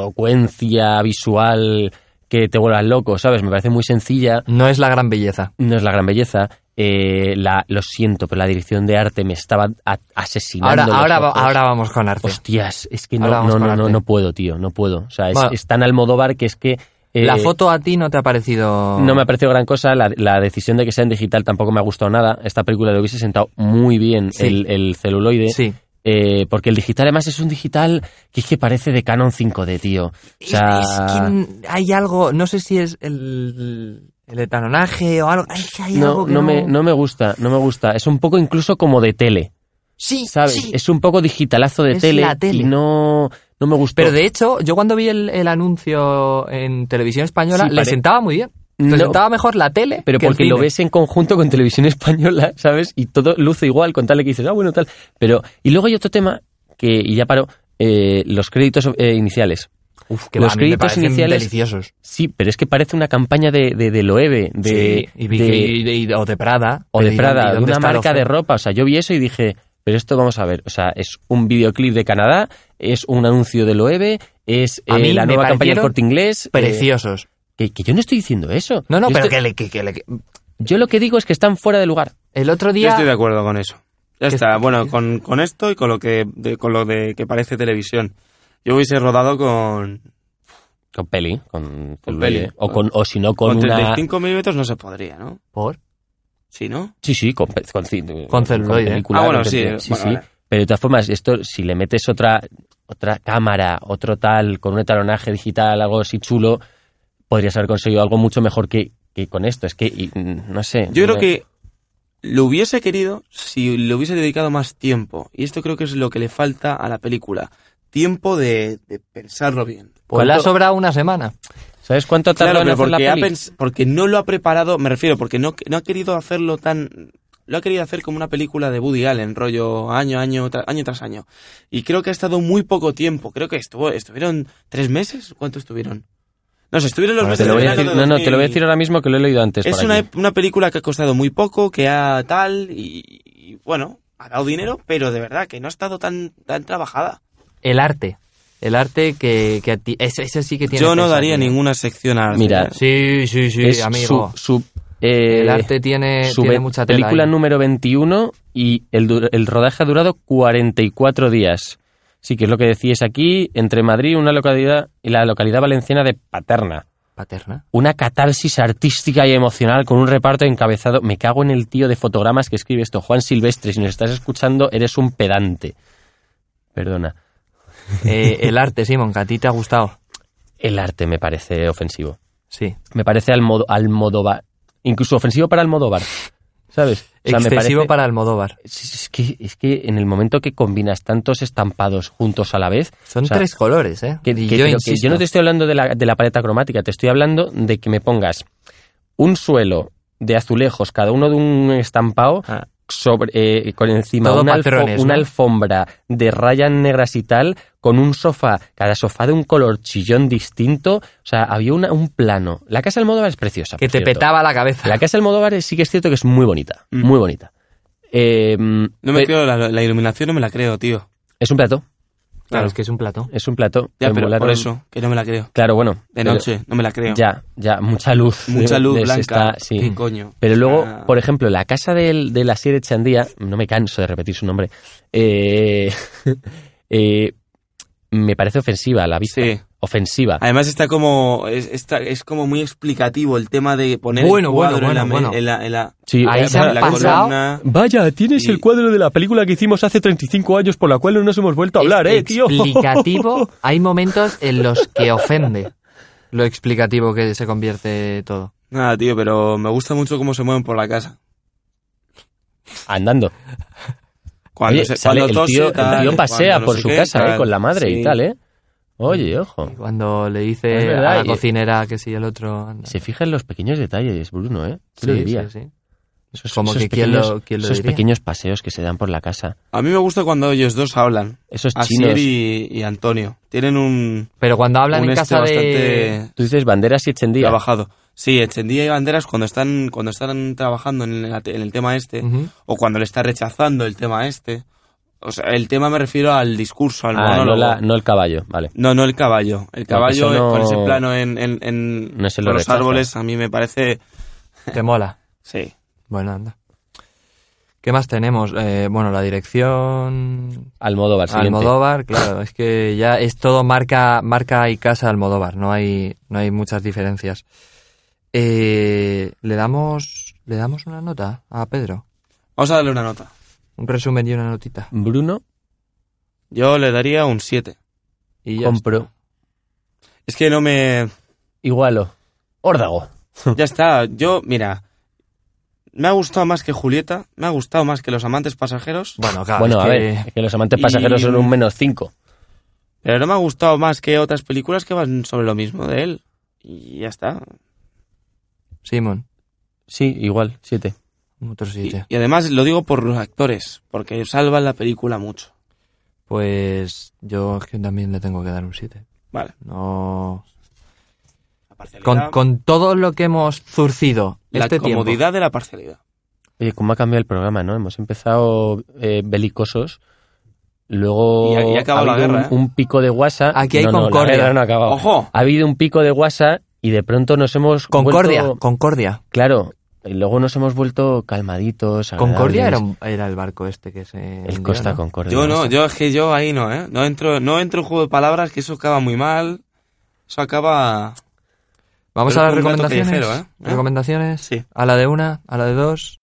grandilocuencia visual que te vuelvas loco, ¿sabes? Me parece muy sencilla. No es la gran belleza. No es la gran belleza. eh, la, lo siento, pero la dirección de arte me estaba a- asesinando. Ahora, los ahora, va- ojos. ahora vamos con arte. Hostias, es que no, Ahora vamos no, con no, no, arte. no puedo, tío, no puedo. O sea, es, Bueno. es tan Almodóvar que es que... eh, la foto a ti no te ha parecido... No me ha parecido gran cosa, la, la decisión de que sea en digital tampoco me ha gustado nada. Esta película le hubiese sentado muy bien Sí. el, el celuloide, Sí. eh, porque el digital además es un digital que es que parece de Canon 5D, tío. O sea, Es que hay algo, no sé si es el, el etanonaje o algo. Ay, hay no, algo que no, me, no me gusta, no me gusta. Es un poco incluso como de tele, Sí, ¿sabes? sí. Es un poco digitalazo de Es tele, la tele. y no, no me gustó. Pero de hecho, yo cuando vi el, el anuncio en televisión española, Sí, le pare- sentaba muy bien. Le No. sentaba mejor la tele. Pero que el porque lo cine. ves en conjunto con televisión española, *laughs* ¿sabes? Y todo luce igual, con tal de que dices, ah, bueno, tal. Pero, y luego hay otro tema que, y ya paro, eh, los créditos eh, iniciales. Uf, que los a mí me créditos parecen iniciales- deliciosos. Sí, pero es que parece una campaña de, de, de Loewe, de, Sí, y vi- de- y- y- o de Prada. o de ¿Y Prada, dónde de una está la marca de oferta? ropa. O sea, yo vi eso y dije, pero esto vamos a ver. O sea, es un videoclip de Canadá, es un anuncio de Loewe, es A eh, mí la me nueva campaña del parecieron corte inglés. eh, Preciosos. que, que yo no estoy diciendo eso. No, no, Yo pero estoy- que, le- que- que le- que- yo lo que digo es que están fuera de lugar. el otro Yo día... estoy de acuerdo con eso. Ya Que- está, bueno, con, con esto y con lo que de- con lo de que parece televisión. Yo hubiese rodado con, Con peli, con, Con celuloide. peli. O, con, o si no, con, con una... 35 milímetros no se podría, ¿no? ¿Por? Sí, ¿no? Sí, sí, con, pe- con, ci- Con celuloide. película, Ah, bueno, con sí, película. eh, sí, bueno, sí. vale. Pero de todas formas, esto, si le metes otra, otra cámara, otro tal, con un etalonaje digital, algo así chulo, podrías haber conseguido algo mucho mejor que, que con esto. Es que, y, mm, no sé. Yo creo no me- que lo hubiese querido si le hubiese dedicado más tiempo. Y esto creo que es lo que le falta a la película. Tiempo de, de pensarlo bien. Pues le ha ¿Cuánto- sobrado una semana. ¿Sabes cuánto tardó Claro, en pero hacer la porque, ha peli? pens- porque no lo ha preparado, me refiero, porque no, no ha querido hacerlo tan... Lo ha querido hacer como una película de Woody Allen, rollo año, año, tra- año tras año. Y creo que ha estado muy poco tiempo. Creo que estuvo, estuvieron tres meses. ¿Cuánto estuvieron? No sé, estuvieron los Bueno, te meses lo de voy a verano decir- de no, no, te lo voy a 2000. decir ahora mismo que lo he leído antes. Es por una, aquí. una película que ha costado muy poco, que ha tal y, y, bueno, ha dado dinero, pero de verdad que no ha estado tan, tan trabajada. El arte. El arte que, que a ti... Ese, ese sí que tiene Yo no peso, daría tío. ninguna sección a arte. Mira, Sí, sí, sí, es amigo. su... su, eh, el arte tiene, su tiene ve- mucha tela. película ahí. número 21 y el, du- el rodaje ha durado 44 días. Sí, que es lo que decíais aquí, entre Madrid una localidad y la localidad valenciana de Paterna. Paterna. Una catarsis artística y emocional con un reparto encabezado. Me cago en el tío de fotogramas que escribe esto. Juan Silvestre, si nos estás escuchando, eres un pedante. Perdona. Eh, el arte, Simón, que a ti te ha gustado. El arte me parece ofensivo. Sí. Me parece al modo, Incluso ofensivo para Almodóvar. ¿Sabes? O sea, me Excesivo parece- para Almodóvar. Sí, sí, Es que, es que en el momento que combinas tantos estampados juntos a la vez. Son o sea, tres colores, ¿eh? que- Y que- yo, pero que insisto, no te estoy hablando de la, de la paleta cromática, te estoy hablando de que me pongas un suelo de azulejos, cada uno de un estampado, Ah. sobre, eh, con encima Todo una, alfo- patrones, una ¿no? alfombra de rayas negras y tal, con un sofá, cada sofá de un color chillón distinto. O sea, había una- un plano. La casa del Modo es preciosa. que por te cierto. petaba la cabeza. La casa del Modo sí que es cierto que es muy bonita, Mm. muy bonita. Eh, No me creo, la, la iluminación no me la creo, tío. Es un plato, Claro, Claro. es que es un plató. es un plato. Ya, que pero molaron- por eso, que no me la creo. Claro, bueno. De pero- noche, no me la creo. Ya, ya, mucha luz. Mucha de- luz de- se blanca. está- sí. ¿Qué coño? Pero luego, Ah. por ejemplo, la casa del, de la Sierra Chandía, no me canso de repetir su nombre, eh, *laughs* eh, me parece ofensiva a la vista. Sí. Ofensiva. Además está como es, está- es como muy explicativo el tema de poner Bueno, el cuadro bueno, en la, bueno, me- en la- en la- Sí, Ahí eh, se han en la pasado. columna. Vaya, tienes Y- el cuadro de la película que hicimos hace 35 años por la cual no nos hemos vuelto a hablar, *laughs* Es eh, tío. Explicativo. Hay momentos en los que ofende. lo explicativo que se convierte todo. Nada, tío, pero me gusta mucho cómo se mueven por la casa. Andando. Cuando, Oye, se, sale cuando el tose, tío, el tal, tío pasea cuando no por sé su qué, casa, tal. eh, con la madre Sí. y tal, ¿eh? Oye, ojo. Cuando le Es dice verdad, a la y- cocinera que sí, el otro anda. Se fija en los pequeños detalles, Bruno, ¿eh? ¿Quién lo Sí, diría? sí, sí. Esos, Como esos que quién pequeños, lo- quién lo esos diría. pequeños paseos que se dan por la casa. A mí me gusta cuando ellos dos hablan. Esos chinos. Asier y, y Antonio. Tienen un, Pero cuando hablan un en este casa de... bastante Tú dices banderas y Echendía. trabajado. Sí, Echendía y Banderas cuando están, cuando están trabajando en, la te- en el tema este, Ujú. o cuando le está rechazando el tema este. O sea, el tema me refiero al discurso, al Ah, no, monólogo. la- no el caballo, vale. No, no el caballo. El eso caballo no- con ese plano en, en, en- No se con lo los rechaza. árboles a mí me parece... Te mola. Sí. Bueno, anda. ¿Qué más tenemos? Eh, bueno, la dirección... Almodóvar, siguiente. *laughs* Almodóvar, claro, es que ya es todo marca, marca y casa Almodóvar, no hay, no hay muchas diferencias. Eh, le damos, le damos una nota a Pedro, Vamos a darle una nota. un resumen y una notita. Bruno, Yo le daría un 7. Y ya compro. Es que no *laughs* me... Igualo. Órdago. Ya está, yo, mira, me ha gustado más que Julieta, me ha gustado más que Los Amantes Pasajeros, está. Bueno, claro, bueno, Ah, es a que- ver, es que los amantes Y- pasajeros son un menos 5. pero no me ha gustado más que otras películas que van sobre lo mismo de él. Y ya está. Simon, Sí, igual, 7. otro Y, sitio. y además lo digo por los actores, porque salvan la película mucho. Pues yo es que también le tengo que dar un 7. Vale. No... La parcialidad, Con, con todo lo que hemos zurcido la este tiempo. comodidad de la parcialidad. Oye, ¿cómo ha cambiado el programa, no? Hemos empezado eh, belicosos, luego Y ha- y ha acabado la habido guerra, un, ¿eh? un pico de guasa. Aquí hay No, no, la concordia. guerra no ha acabado. ¡Ojo! Ah, Ha habido un pico de guasa y de pronto nos hemos Concordia, vuelto- Concordia. Claro, y luego nos hemos vuelto calmaditos. Concordia era, agradables. un- era el barco este que se... el hundió, Costa ¿no? Concordia. Yo no, yo es que yo ahí no, ¿eh? No entro, no entro en juego de palabras, que eso acaba muy mal. Eso acaba... Vamos Pero a las es un gato recomendaciones. callejero, ¿eh? ¿Eh? Recomendaciones. Sí. A la de una, a la de dos.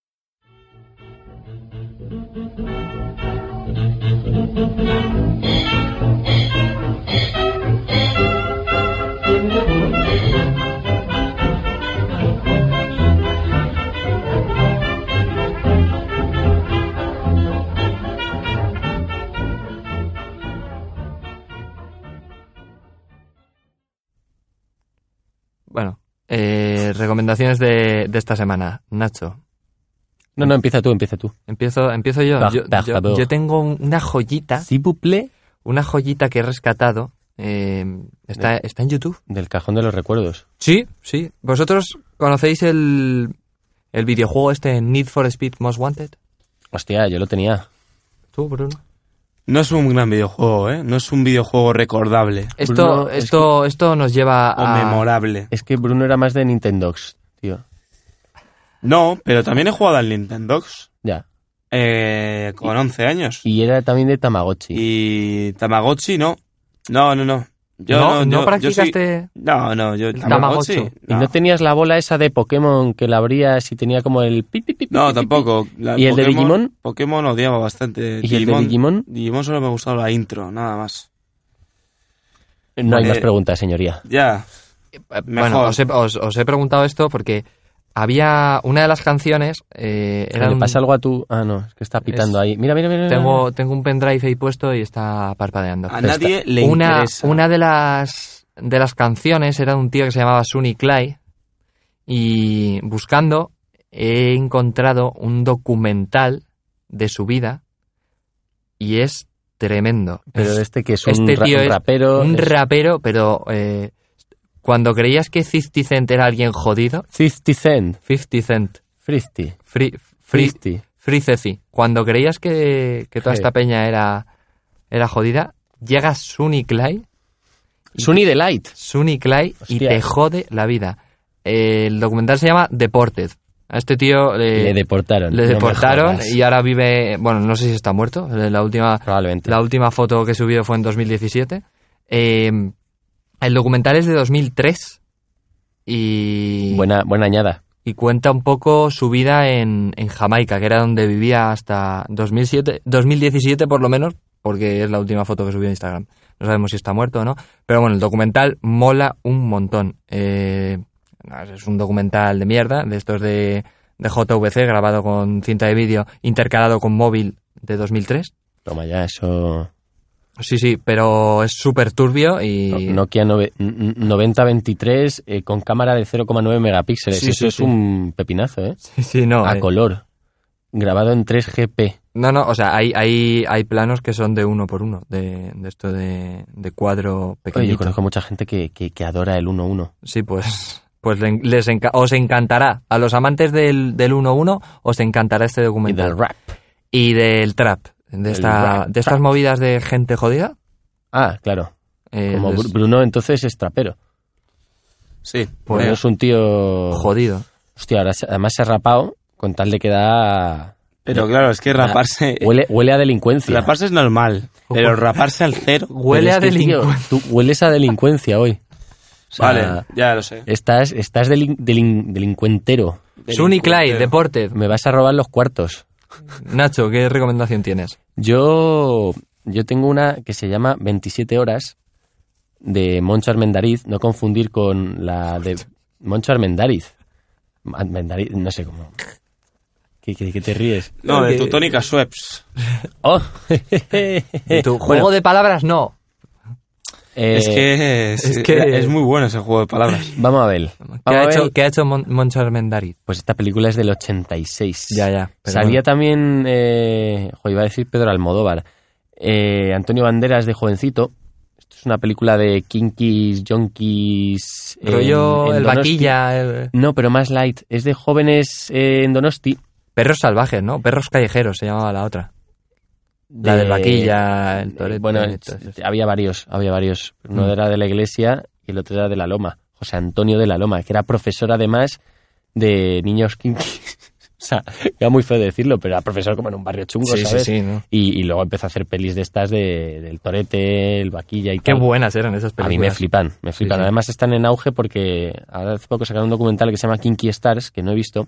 Bueno, eh, recomendaciones de, de esta semana. Nacho, No, no, empieza tú, empieza tú. empiezo, empiezo yo. Par- Yo, par yo- favor. yo tengo un- una joyita, S'il vous plaît, una joyita que he rescatado. eh, está, está en YouTube. Del cajón de los recuerdos. Sí, sí. ¿Vosotros conocéis el, el videojuego este Need for Speed Most Wanted? Hostia, yo lo tenía. ¿Tú, Bruno? No es un gran videojuego, ¿eh? No es un videojuego recordable Esto, Bruno, es esto, esto nos lleva o a... memorable. Eh. Es que Bruno era más de Nintendox, tío. No, pero también he jugado al Nintendox Ya. eh, con 11 años. Y, Y era también de Tamagotchi. Tamagotchi no. No, no, no. Yo ¿No, no, no yo- yo soy- practicaste...? no, no, yo el Tamagotchi. Tamagotchi? Y no tenías la bola esa de Pokémon que la abrías y tenía como el pi, pi, pi, pi, No, pi, pi, pi. tampoco. La ¿Y el de Digimon? Pokémon odiaba bastante. ¿Y el de Digimon? Digimon solo me gustaba la intro, nada más. No hay Eh, más preguntas, señoría. Ya. Eh, Mejor. Bueno, os he, os- os he preguntado esto porque había una de las canciones. eh, era ¿Le un- pasa algo a tu...? Ah, no, es que está pitando Es- ahí. Mira, mira, mira. mira. tengo, tengo un pendrive ahí puesto y está parpadeando. A nadie Ah, le una, interesa. una de las de las canciones era de un tío que se llamaba Sunny Clay. Y buscando he encontrado un documental de su vida y es tremendo. Pero Es- este que es un, este ra- tío un es rapero... un es- rapero, pero eh, cuando creías que 50 Cent era alguien jodido, 50 Cent. 50 Cent, Fristy. Free, free, Fristy. free Ceci. Cuando creías que, que toda Sí. esta peña era, era jodida, llega Sunny Clay, Sunny Delight. Sunny Clay y Hostia. te jode la vida. El documental se llama Deported. A este tío eh, Le deportaron. le no me deportaron jodas. y ahora vive, bueno, no sé si está muerto, eh, la última Probablemente. La última foto que subió fue en 2017. Eh, el documental es de 2003 y, Buena, buena añada. y cuenta un poco su vida en, en Jamaica, que era donde vivía hasta 2007, 2017 por lo menos, porque es la última foto que subió en Instagram. no sabemos si está muerto o no. Pero bueno, el documental mola un montón. Eh, es un documental de mierda, de estos de, de JVC, grabado con cinta de vídeo, intercalado con móvil de 2003. Toma ya, eso... Sí, sí, pero es súper turbio y... No- Nokia nove- n- n- 9023 eh, con cámara de 0,9 megapíxeles. Sí, eso sí, es sí. un pepinazo, ¿eh? *laughs* Sí, sí, no. A eh. color. Grabado en 3GP. No, no, o sea, hay, hay, hay planos que son de uno por uno, de, de esto de, de cuadro Oye, yo pequeñito. conozco mucha gente que, que- que adora el 1-1. Sí, pues, pues le- les enca- os encantará. A los amantes del, del 1-1 os encantará este Y documental. del rap. Y del trap, de, esta, rap, de estas trap. movidas de gente jodida. Ah, claro. eh, Como les- Bru- Bruno entonces es trapero. Sí. Pues- Bruno es un tío... jodido. Hostia, ahora se- además se ha rapado con tal de que da... Pero claro, es que raparse. Huele, huele a delincuencia. Raparse es normal. Pero raparse al cero. Huele Pero a es que, tío, delincuente. tú hueles a delincuencia hoy. O sea, eh, Vale, ya lo sé. Estás, estás delin- delin- delincuentero. Sunny Clay, Deported. Me vas a robar los cuartos. Nacho, ¿qué recomendación tienes? Yo, yo tengo una que se llama 27 horas de Moncho Armendariz, no confundir con la de Moncho Armendariz. Armendariz, no sé cómo. ¿Qué, qué- qué te ríes? No, de Teutónica Sweps. Oh. Tu juego *laughs* Bueno, de palabras, no. eh, es que es, es que- es muy bueno ese juego de palabras. Vamos a ver. ¿Qué Vamos ha a ver. hecho, qué ha hecho Mon- Moncho Armendariz? Pues esta película es del 86. Ya, ya, pero Salía bueno. también, eh, jo, iba a decir Pedro Almodóvar, eh, Antonio Banderas de jovencito. Esto es una película de kinkies, junkies... en- Rollo en el Donosti. vaquilla, el- No, pero más light. Es de jóvenes eh, en Donosti. Perros salvajes, ¿no? Perros callejeros se llamaba la otra. La de- eh, del vaquilla, el torete. Bueno, y todo eso. había varios, había varios. Uno Mm. era de la iglesia y el otro era de la Loma. José Antonio de la Loma, que era profesor además de niños kinkies. *laughs* o sea, era muy feo decirlo, pero era profesor como en un barrio chungo, sí, sí, ¿sabes? sí, ¿no? Y, y luego empezó a hacer pelis de estas de, del Torete, el Vaquilla y Qué tal. buenas eran esas A películas. mí me flipan, me flipan. sí. Además están en auge porque ahora hace poco sacaron un documental que se llama Kinky Stars, que no he visto,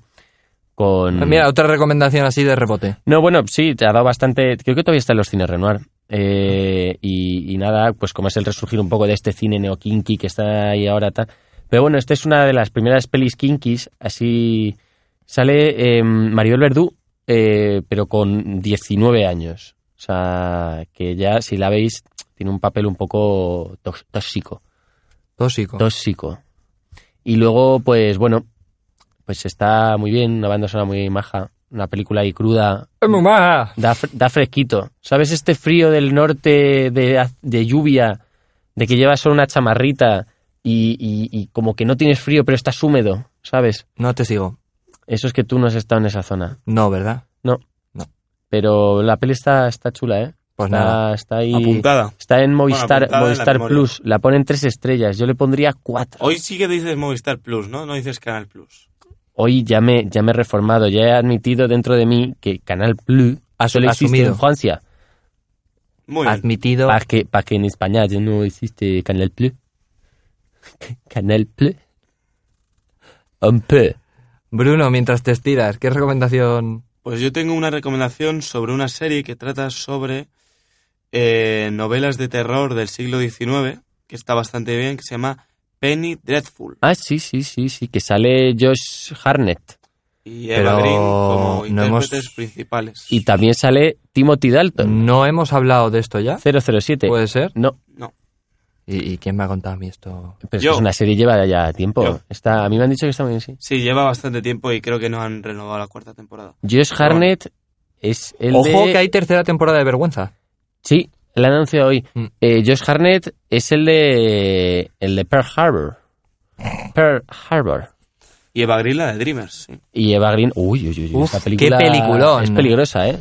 con... Ah, Pues Mira, otra recomendación así de rebote. No, bueno, sí, te ha dado bastante. Creo que todavía está en los cines Renoir. Eh, y, y nada, pues como es el resurgir un poco de este cine neokinky que está ahí ahora tal. Pero bueno, esta es una de las primeras pelis kinkis. Así sale eh, Maribel Verdú, eh, pero con 19 años. O sea, que ya si la veis, tiene un papel un poco tos- tóxico Tóxico. tóxico. Y luego, pues bueno, pues está muy bien, una banda sonora muy maja, una película ahí cruda, ¡Es muy maja! da, fre- da fresquito. ¿Sabes este frío del norte de, haz- de lluvia, de que llevas solo una chamarrita y, y- y como que no tienes frío pero estás húmedo, ¿sabes? No te sigo. Eso es que tú no has estado en esa zona. No, ¿verdad? Pero la peli está, está chula, ¿eh? Pues Está- nada. está ahí... Apuntada. Está en Movistar, apuntada en la Movistar memoria. Plus. La ponen tres estrellas. Yo le pondría cuatro. Hoy sí que dices Movistar Plus, ¿no? No dices Canal Plus. hoy ya me, ya me he reformado, ya he admitido dentro de mí que Canal Plus Asu- solo existe asumido. en Francia, Muy bien. Admitido. para que, pa' que en España ya no existe Canal Plus. *laughs* Canal Plus. Un peu. Bruno, mientras te estiras, ¿qué recomendación? Pues yo tengo una recomendación sobre una serie que trata sobre eh, novelas de terror del siglo XIX, que está bastante bien, que se llama Penny Dreadful. Ah, sí, sí, sí, sí, que sale Josh Harnett. Y Eva Pero Green como no intérpretes hemos- principales. Y también sale Timothy Dalton, ¿No Pues hemos hablado de esto ya? 007. ¿Puede ser? no, No. ¿Y, y quién me ha contado a mí esto? pero es que Yo. es una serie lleva ya tiempo. Yo. Está, a mí me han dicho que está muy bien, sí. Sí, lleva bastante tiempo y creo que no han renovado la cuarta temporada. Josh Harnett es el Ojo de... que hay tercera temporada de vergüenza. Sí, la han anunciado hoy. Mm. Eh, Josh Harnett es el de el de Pearl Harbor. Pearl Harbor. Y Eva Green la de Dreamers, sí. Y Eva Green. Uy, uy, uy. Uf, esta película qué peliculón. Es peligrosa, ¿eh?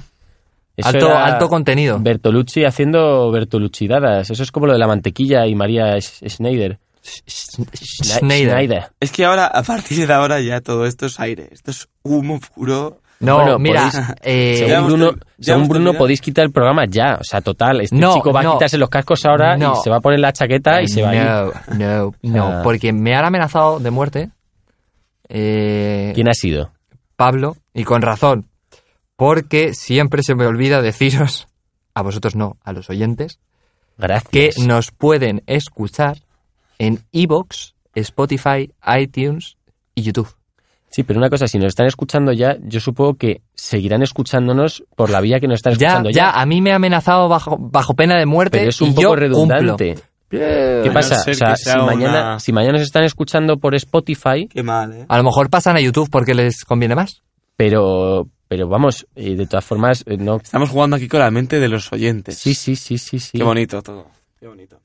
Eso Alto, era alto contenido. Bertolucci haciendo Bertolucidadas. Eso es como lo de la mantequilla y María Sch- Schneider. Schneider. Es que ahora, a partir de ahora, ya todo esto es aire. Esto es humo puro. No, Bueno, mira, podéis- eh, Ya Según hemos Bruno, termi- ya según hemos Bruno terminado. podéis quitar el programa ya. O sea, total. Este No, chico va no. a quitarse los cascos ahora No. y se va a poner la chaqueta y se va a ir. No, no, no, Ah. porque me han amenazado de muerte eh, ¿Quién ha sido? Pablo, y con razón, porque siempre se me olvida deciros, a vosotros no, a los oyentes, Gracias. que nos pueden escuchar en Evox, Spotify, iTunes y YouTube. Sí, pero una cosa, si nos están escuchando ya, yo supongo que seguirán escuchándonos por la vía que nos están Ya, escuchando ya. ya, a mí me ha amenazado bajo, bajo pena de muerte. pero es un y poco yo redundante. ¿Qué A pasa? no ser O sea, que si, sea una- mañana, si mañana nos están escuchando por Spotify, Qué mal, ¿eh? cumplo. A lo mejor pasan a YouTube porque les conviene más. pero, pero vamos, eh, de todas formas, eh, no. Estamos jugando aquí con la mente de los oyentes. Sí, sí, sí, sí, sí. Qué bonito todo. Qué bonito.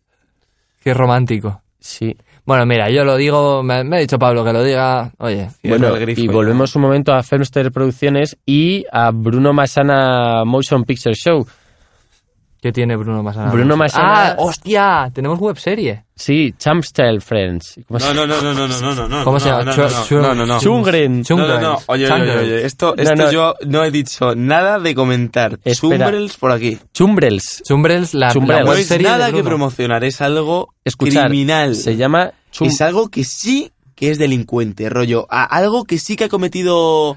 Qué romántico. Sí. Bueno, mira, yo lo digo, me, me ha dicho Pablo que lo diga. Oye, Bueno, el grifo, y ya. volvemos un momento a Filmster Producciones y a Bruno Masana Motion Picture Show. ¿qué tiene Bruno Masana? Bruno Masana- ¡Ah, hostia! Tenemos webserie. Sí, Champstyle Friends. ¿Cómo se- No, no, no, no, no, no, no, no, no. ¿Cómo se no, llama? No, Chua- no, chua- no, no, no. Chungren. Chungren. No, no, no. Oye, oye, oye, oye. Esto, No, esto no. yo no he dicho nada de comentar. Espera. Chumbrels por aquí. Chumbrels. Chumbrels, la, Chumbrels. la No Web es webserie de Pues nada que Bruno. promocionar, es algo Escuchar. criminal. Se llama Chum- Es algo que sí que es delincuente, rollo. a- algo que sí que ha cometido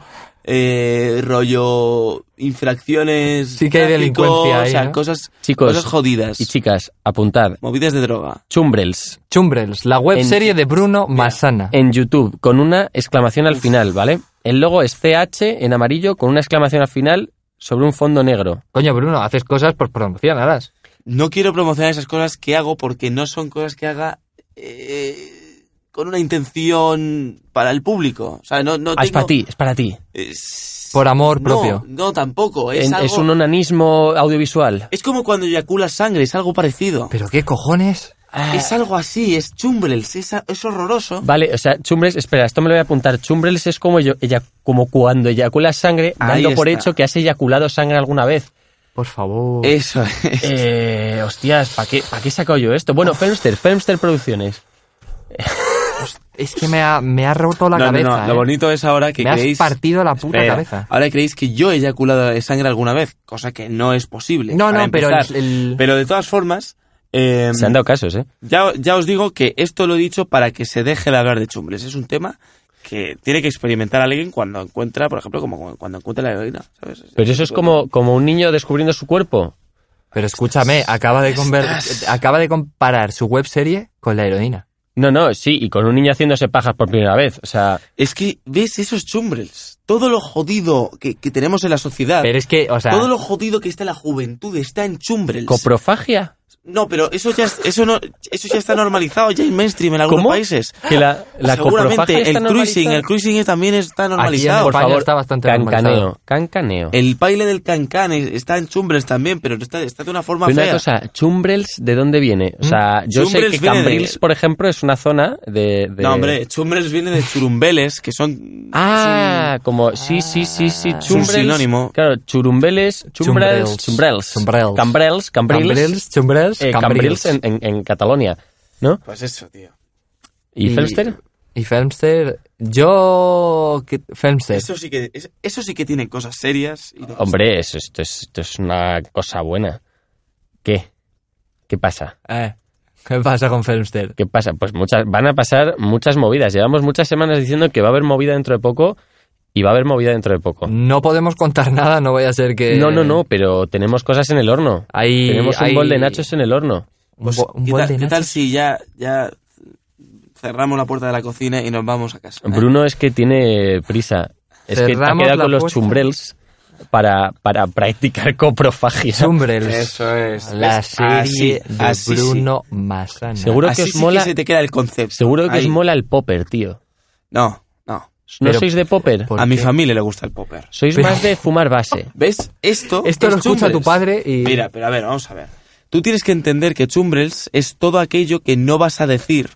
eh, rollo infracciones. Sí que hay tráfico, delincuencia ahí, O sea, ¿no? cosas, Chicos cosas jodidas. y chicas, apuntad. movidas de droga. Chumbrels. Chumbrels, la webserie de Bruno Masana. En YouTube, con una exclamación al final, ¿vale? El logo es CH en amarillo con una exclamación al final sobre un fondo negro. Coño, Bruno, haces cosas, pues promocionalas. No quiero promocionar esas cosas que hago porque no son cosas que haga eh, con una intención para el público. O sea, no, no Ah, es tengo- para ti, es para ti. Es- Por amor no, propio. No, tampoco. Es, En- algo- es un onanismo audiovisual. es como cuando eyaculas sangre, es algo parecido. Ah. ¿Pero qué cojones? Es algo así, es chumbrels, es, a- es horroroso. Vale, o sea, Chumbrels, espera, esto me lo voy a apuntar. Chumbrels es como, yo, ella, como cuando eyaculas sangre, Ahí dando por está. hecho que has eyaculado sangre alguna vez. Por favor. Eso es. Eh, hostias, ¿para qué, ¿para qué he sacado yo esto? Bueno, Femster, Femster Producciones. Es que me ha, me ha roto la No, no, cabeza. no, Lo ¿eh? bonito es ahora que me has creéis. partido la puta Espera, cabeza. Ahora creéis que yo he eyaculado de sangre alguna vez, cosa que no es posible. No, para no, pero empezar. el- el- Pero de todas formas, eh, Se han dado casos, ¿eh? ya, ya os digo que esto lo he dicho para que se deje de hablar de chumbres. Es un tema que tiene que experimentar alguien cuando encuentra, por ejemplo, como cuando encuentra la heroína. ¿sabes? Pero eso es como, como un niño descubriendo su cuerpo. Pero escúchame, acaba de, conver- acaba de comparar su webserie con la heroína. No, no, sí, y con un niño haciéndose pajas por primera vez. O sea, Es que, ¿ves esos chumbrels? Todo lo jodido que, que tenemos en la sociedad. Pero es que, o sea, Todo lo jodido que está en la juventud está en chumbrels. coprofagia. No, pero eso ya, es- eso no, eso ya está normalizado, ya es mainstream en algunos ¿Cómo? países. Que la, la coprofagia Seguramente está el cruising, normalizada. el cruising también está en normalizado. Por España favor, está bastante normalizado. cancaneo, cancaneo. El baile del cancán es- está en Chumbrels también, pero está, está de una forma Pero una fea. Mm. cosa, Chumbrels, ¿de dónde viene? O sea, yo Chumbrels sé que viene de- Cambrils, por ejemplo, es una zona de... de- No, hombre, Chumbrels viene de churumbeles, que son... Ah, como, sí, sí, sí, sí, Chumbrels. Ah. sinónimo. Claro, churumbeles, chumbrels, Chumbrels. chumbrels, Chumbrels. cambrels, cambrils, Cambrils, chumbrels, eh, cambrils. cambrils en, en- en Cataluña, ¿no? Pues eso, tío. ¿Y, Felster? Y Filmster, yo... que- Filmster. Eso sí que, es- eso sí que tiene cosas serias. y no- Hombre, eso- esto, es, esto es una cosa buena. ¿Qué? ¿Qué pasa? Eh, ¿Qué pasa con Filmster? ¿Qué pasa? Pues muchas, van a pasar muchas movidas. Llevamos muchas semanas diciendo que va a haber movida dentro de poco y va a haber movida dentro de poco. No podemos contar nada, no vaya a ser Eh, que... No, no, no, pero tenemos cosas en el horno. Hay- tenemos un hay- bol de nachos en el horno. Un, Pues, bo- un ¿qué, bol tal, de qué tal nachos. si ya, ya cerramos la puerta de la cocina y nos vamos a casa? eh? Bruno es que tiene prisa. Es que te ha Cerramos quedado la con los puerta. chumbrels para, para practicar *laughs* coprofagia. Chumbrels. Eso es. La ¿Ves? serie Así, de así sí. Bruno Masana. Seguro que Así os sí mola. que se te queda el concepto. Seguro que os Ahí. mola el popper, tío. No, no. ¿No Pero- sois de popper? ¿Por A mi qué? familia le gusta el popper. Sois más de fumar base. ¿Ves? Esto. Esto es lo escucha Chumbrels. tu padre y... Mira, pero a ver, vamos a ver. Tú tienes que entender que Chumbrels es todo aquello que no vas a decir.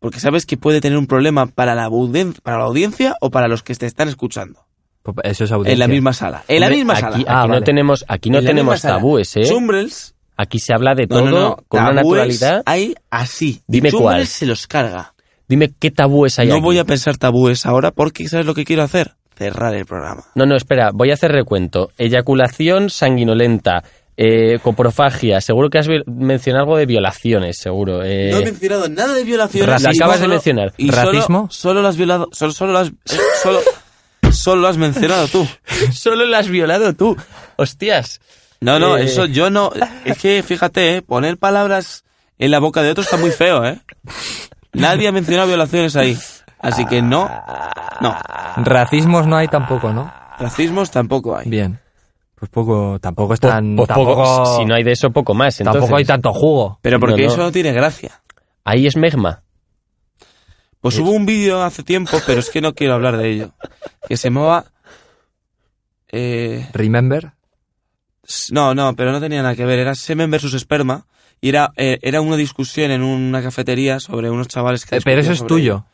Porque sabes que puede tener un problema para la, auden- para la audiencia o para los que te están escuchando. pues, Eso es En audiencia. la misma sala. En la Hombre, *laughs* misma aquí, sala. Aquí Ah, no vale. tenemos, aquí no En la tenemos misma sala. tabúes, ¿eh? Chumbrels. Aquí se habla de No, todo no, no. con Tabúes Ah. una naturalidad. Hay así. Dime Chumbrels cuál. se los carga. Dime qué tabúes hay no aquí. voy a pensar tabúes ahora porque ¿sabes lo que quiero hacer? Cerrar el programa. No, no, espera, voy a hacer recuento. Eyaculación sanguinolenta, eh, coprofagia, seguro que has vi- mencionado algo de violaciones, seguro. eh, No he mencionado nada de violaciones. Racismo. Y Acabas de mencionar. y solo- ¿Racismo? Solo, lo has violado. Solo, solo lo has. Solo, solo lo has mencionado tú. Solo la has violado tú. Hostias. No, no, Eh, eso yo no. Es que fíjate, eh, poner palabras en la boca de otro está muy feo, ¿eh? Nadie ha mencionado violaciones ahí. Así que no, no. Racismos no hay tampoco, ¿no? Racismos tampoco hay. Bien. Pues poco, tampoco es Pues- tan. pues poco- tampoco, si no hay de eso, poco más. tampoco entonces. hay tanto jugo. Pero porque No, no. eso no tiene gracia. Ahí es Megma. Pues hubo un vídeo hace tiempo, pero es que no quiero hablar de ello. Que se llamaba. Eh, Remember. S- No, no, pero no tenía nada que ver. Era semen versus esperma. Y era, eh, era una discusión en una cafetería sobre unos chavales que. Eh, pero eso discutían es sobre tuyo.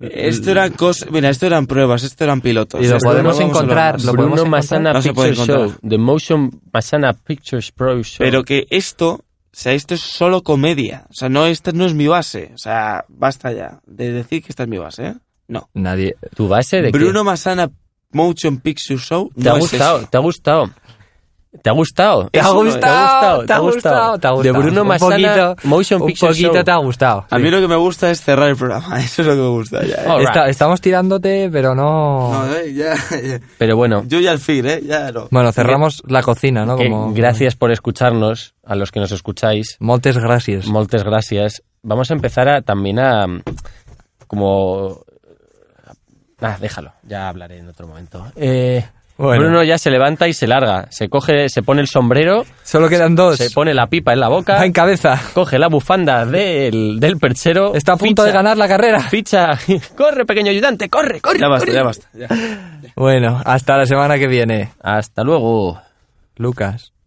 ello. Esto eran cosas. Mira, esto eran pruebas, esto eran pilotos. Y lo Esto no podemos vamos a hablar encontrar, más. lo podemos Bruno encontrar. Masana No se puede Picture Show. encontrar. The Motion Masana Pictures Pro Show. Pero que esto. O sea, esto es solo comedia. O sea, no, esta no es mi base. O sea, basta ya de decir que esta es mi base, ¿eh? No. Nadie. ¿Tu base de qué? Bruno Masana Motion Picture Show. ¿Te ha no es gustado? eso. ¿Te ha gustado? ¿Te ha gustado? Eso no es. te ha gustado, te ha De gustado. Bruno Un Masana poquito, Motion Un Picture poquito Show. te ha gustado. A sí. mí lo que me gusta es cerrar el programa. *laughs* Eso es lo que me gusta ya. ¿eh? All Está- right. estamos tirándote, pero no. No, eh, ya, ya. Pero bueno, Yo ya al fin, ¿eh? Ya no. Bueno, cerramos la cocina, ¿no? que Como... gracias por escucharnos, a los que nos escucháis. Moltes gracias. Moltes gracias. Vamos a empezar a, también a... como... Ah, déjalo, ya hablaré en otro momento. Eh, Bueno. Bruno ya se levanta y se larga. Se coge, se pone el sombrero, Solo quedan dos. se pone la pipa en la boca, Va en cabeza. coge la bufanda del, del perchero. Está a punto de ficha- ganar la carrera. Ficha, *laughs* corre pequeño ayudante, corre, corre. Ya basta, corre. ya basta. ya. Bueno, hasta la semana que viene. Hasta luego. Lucas.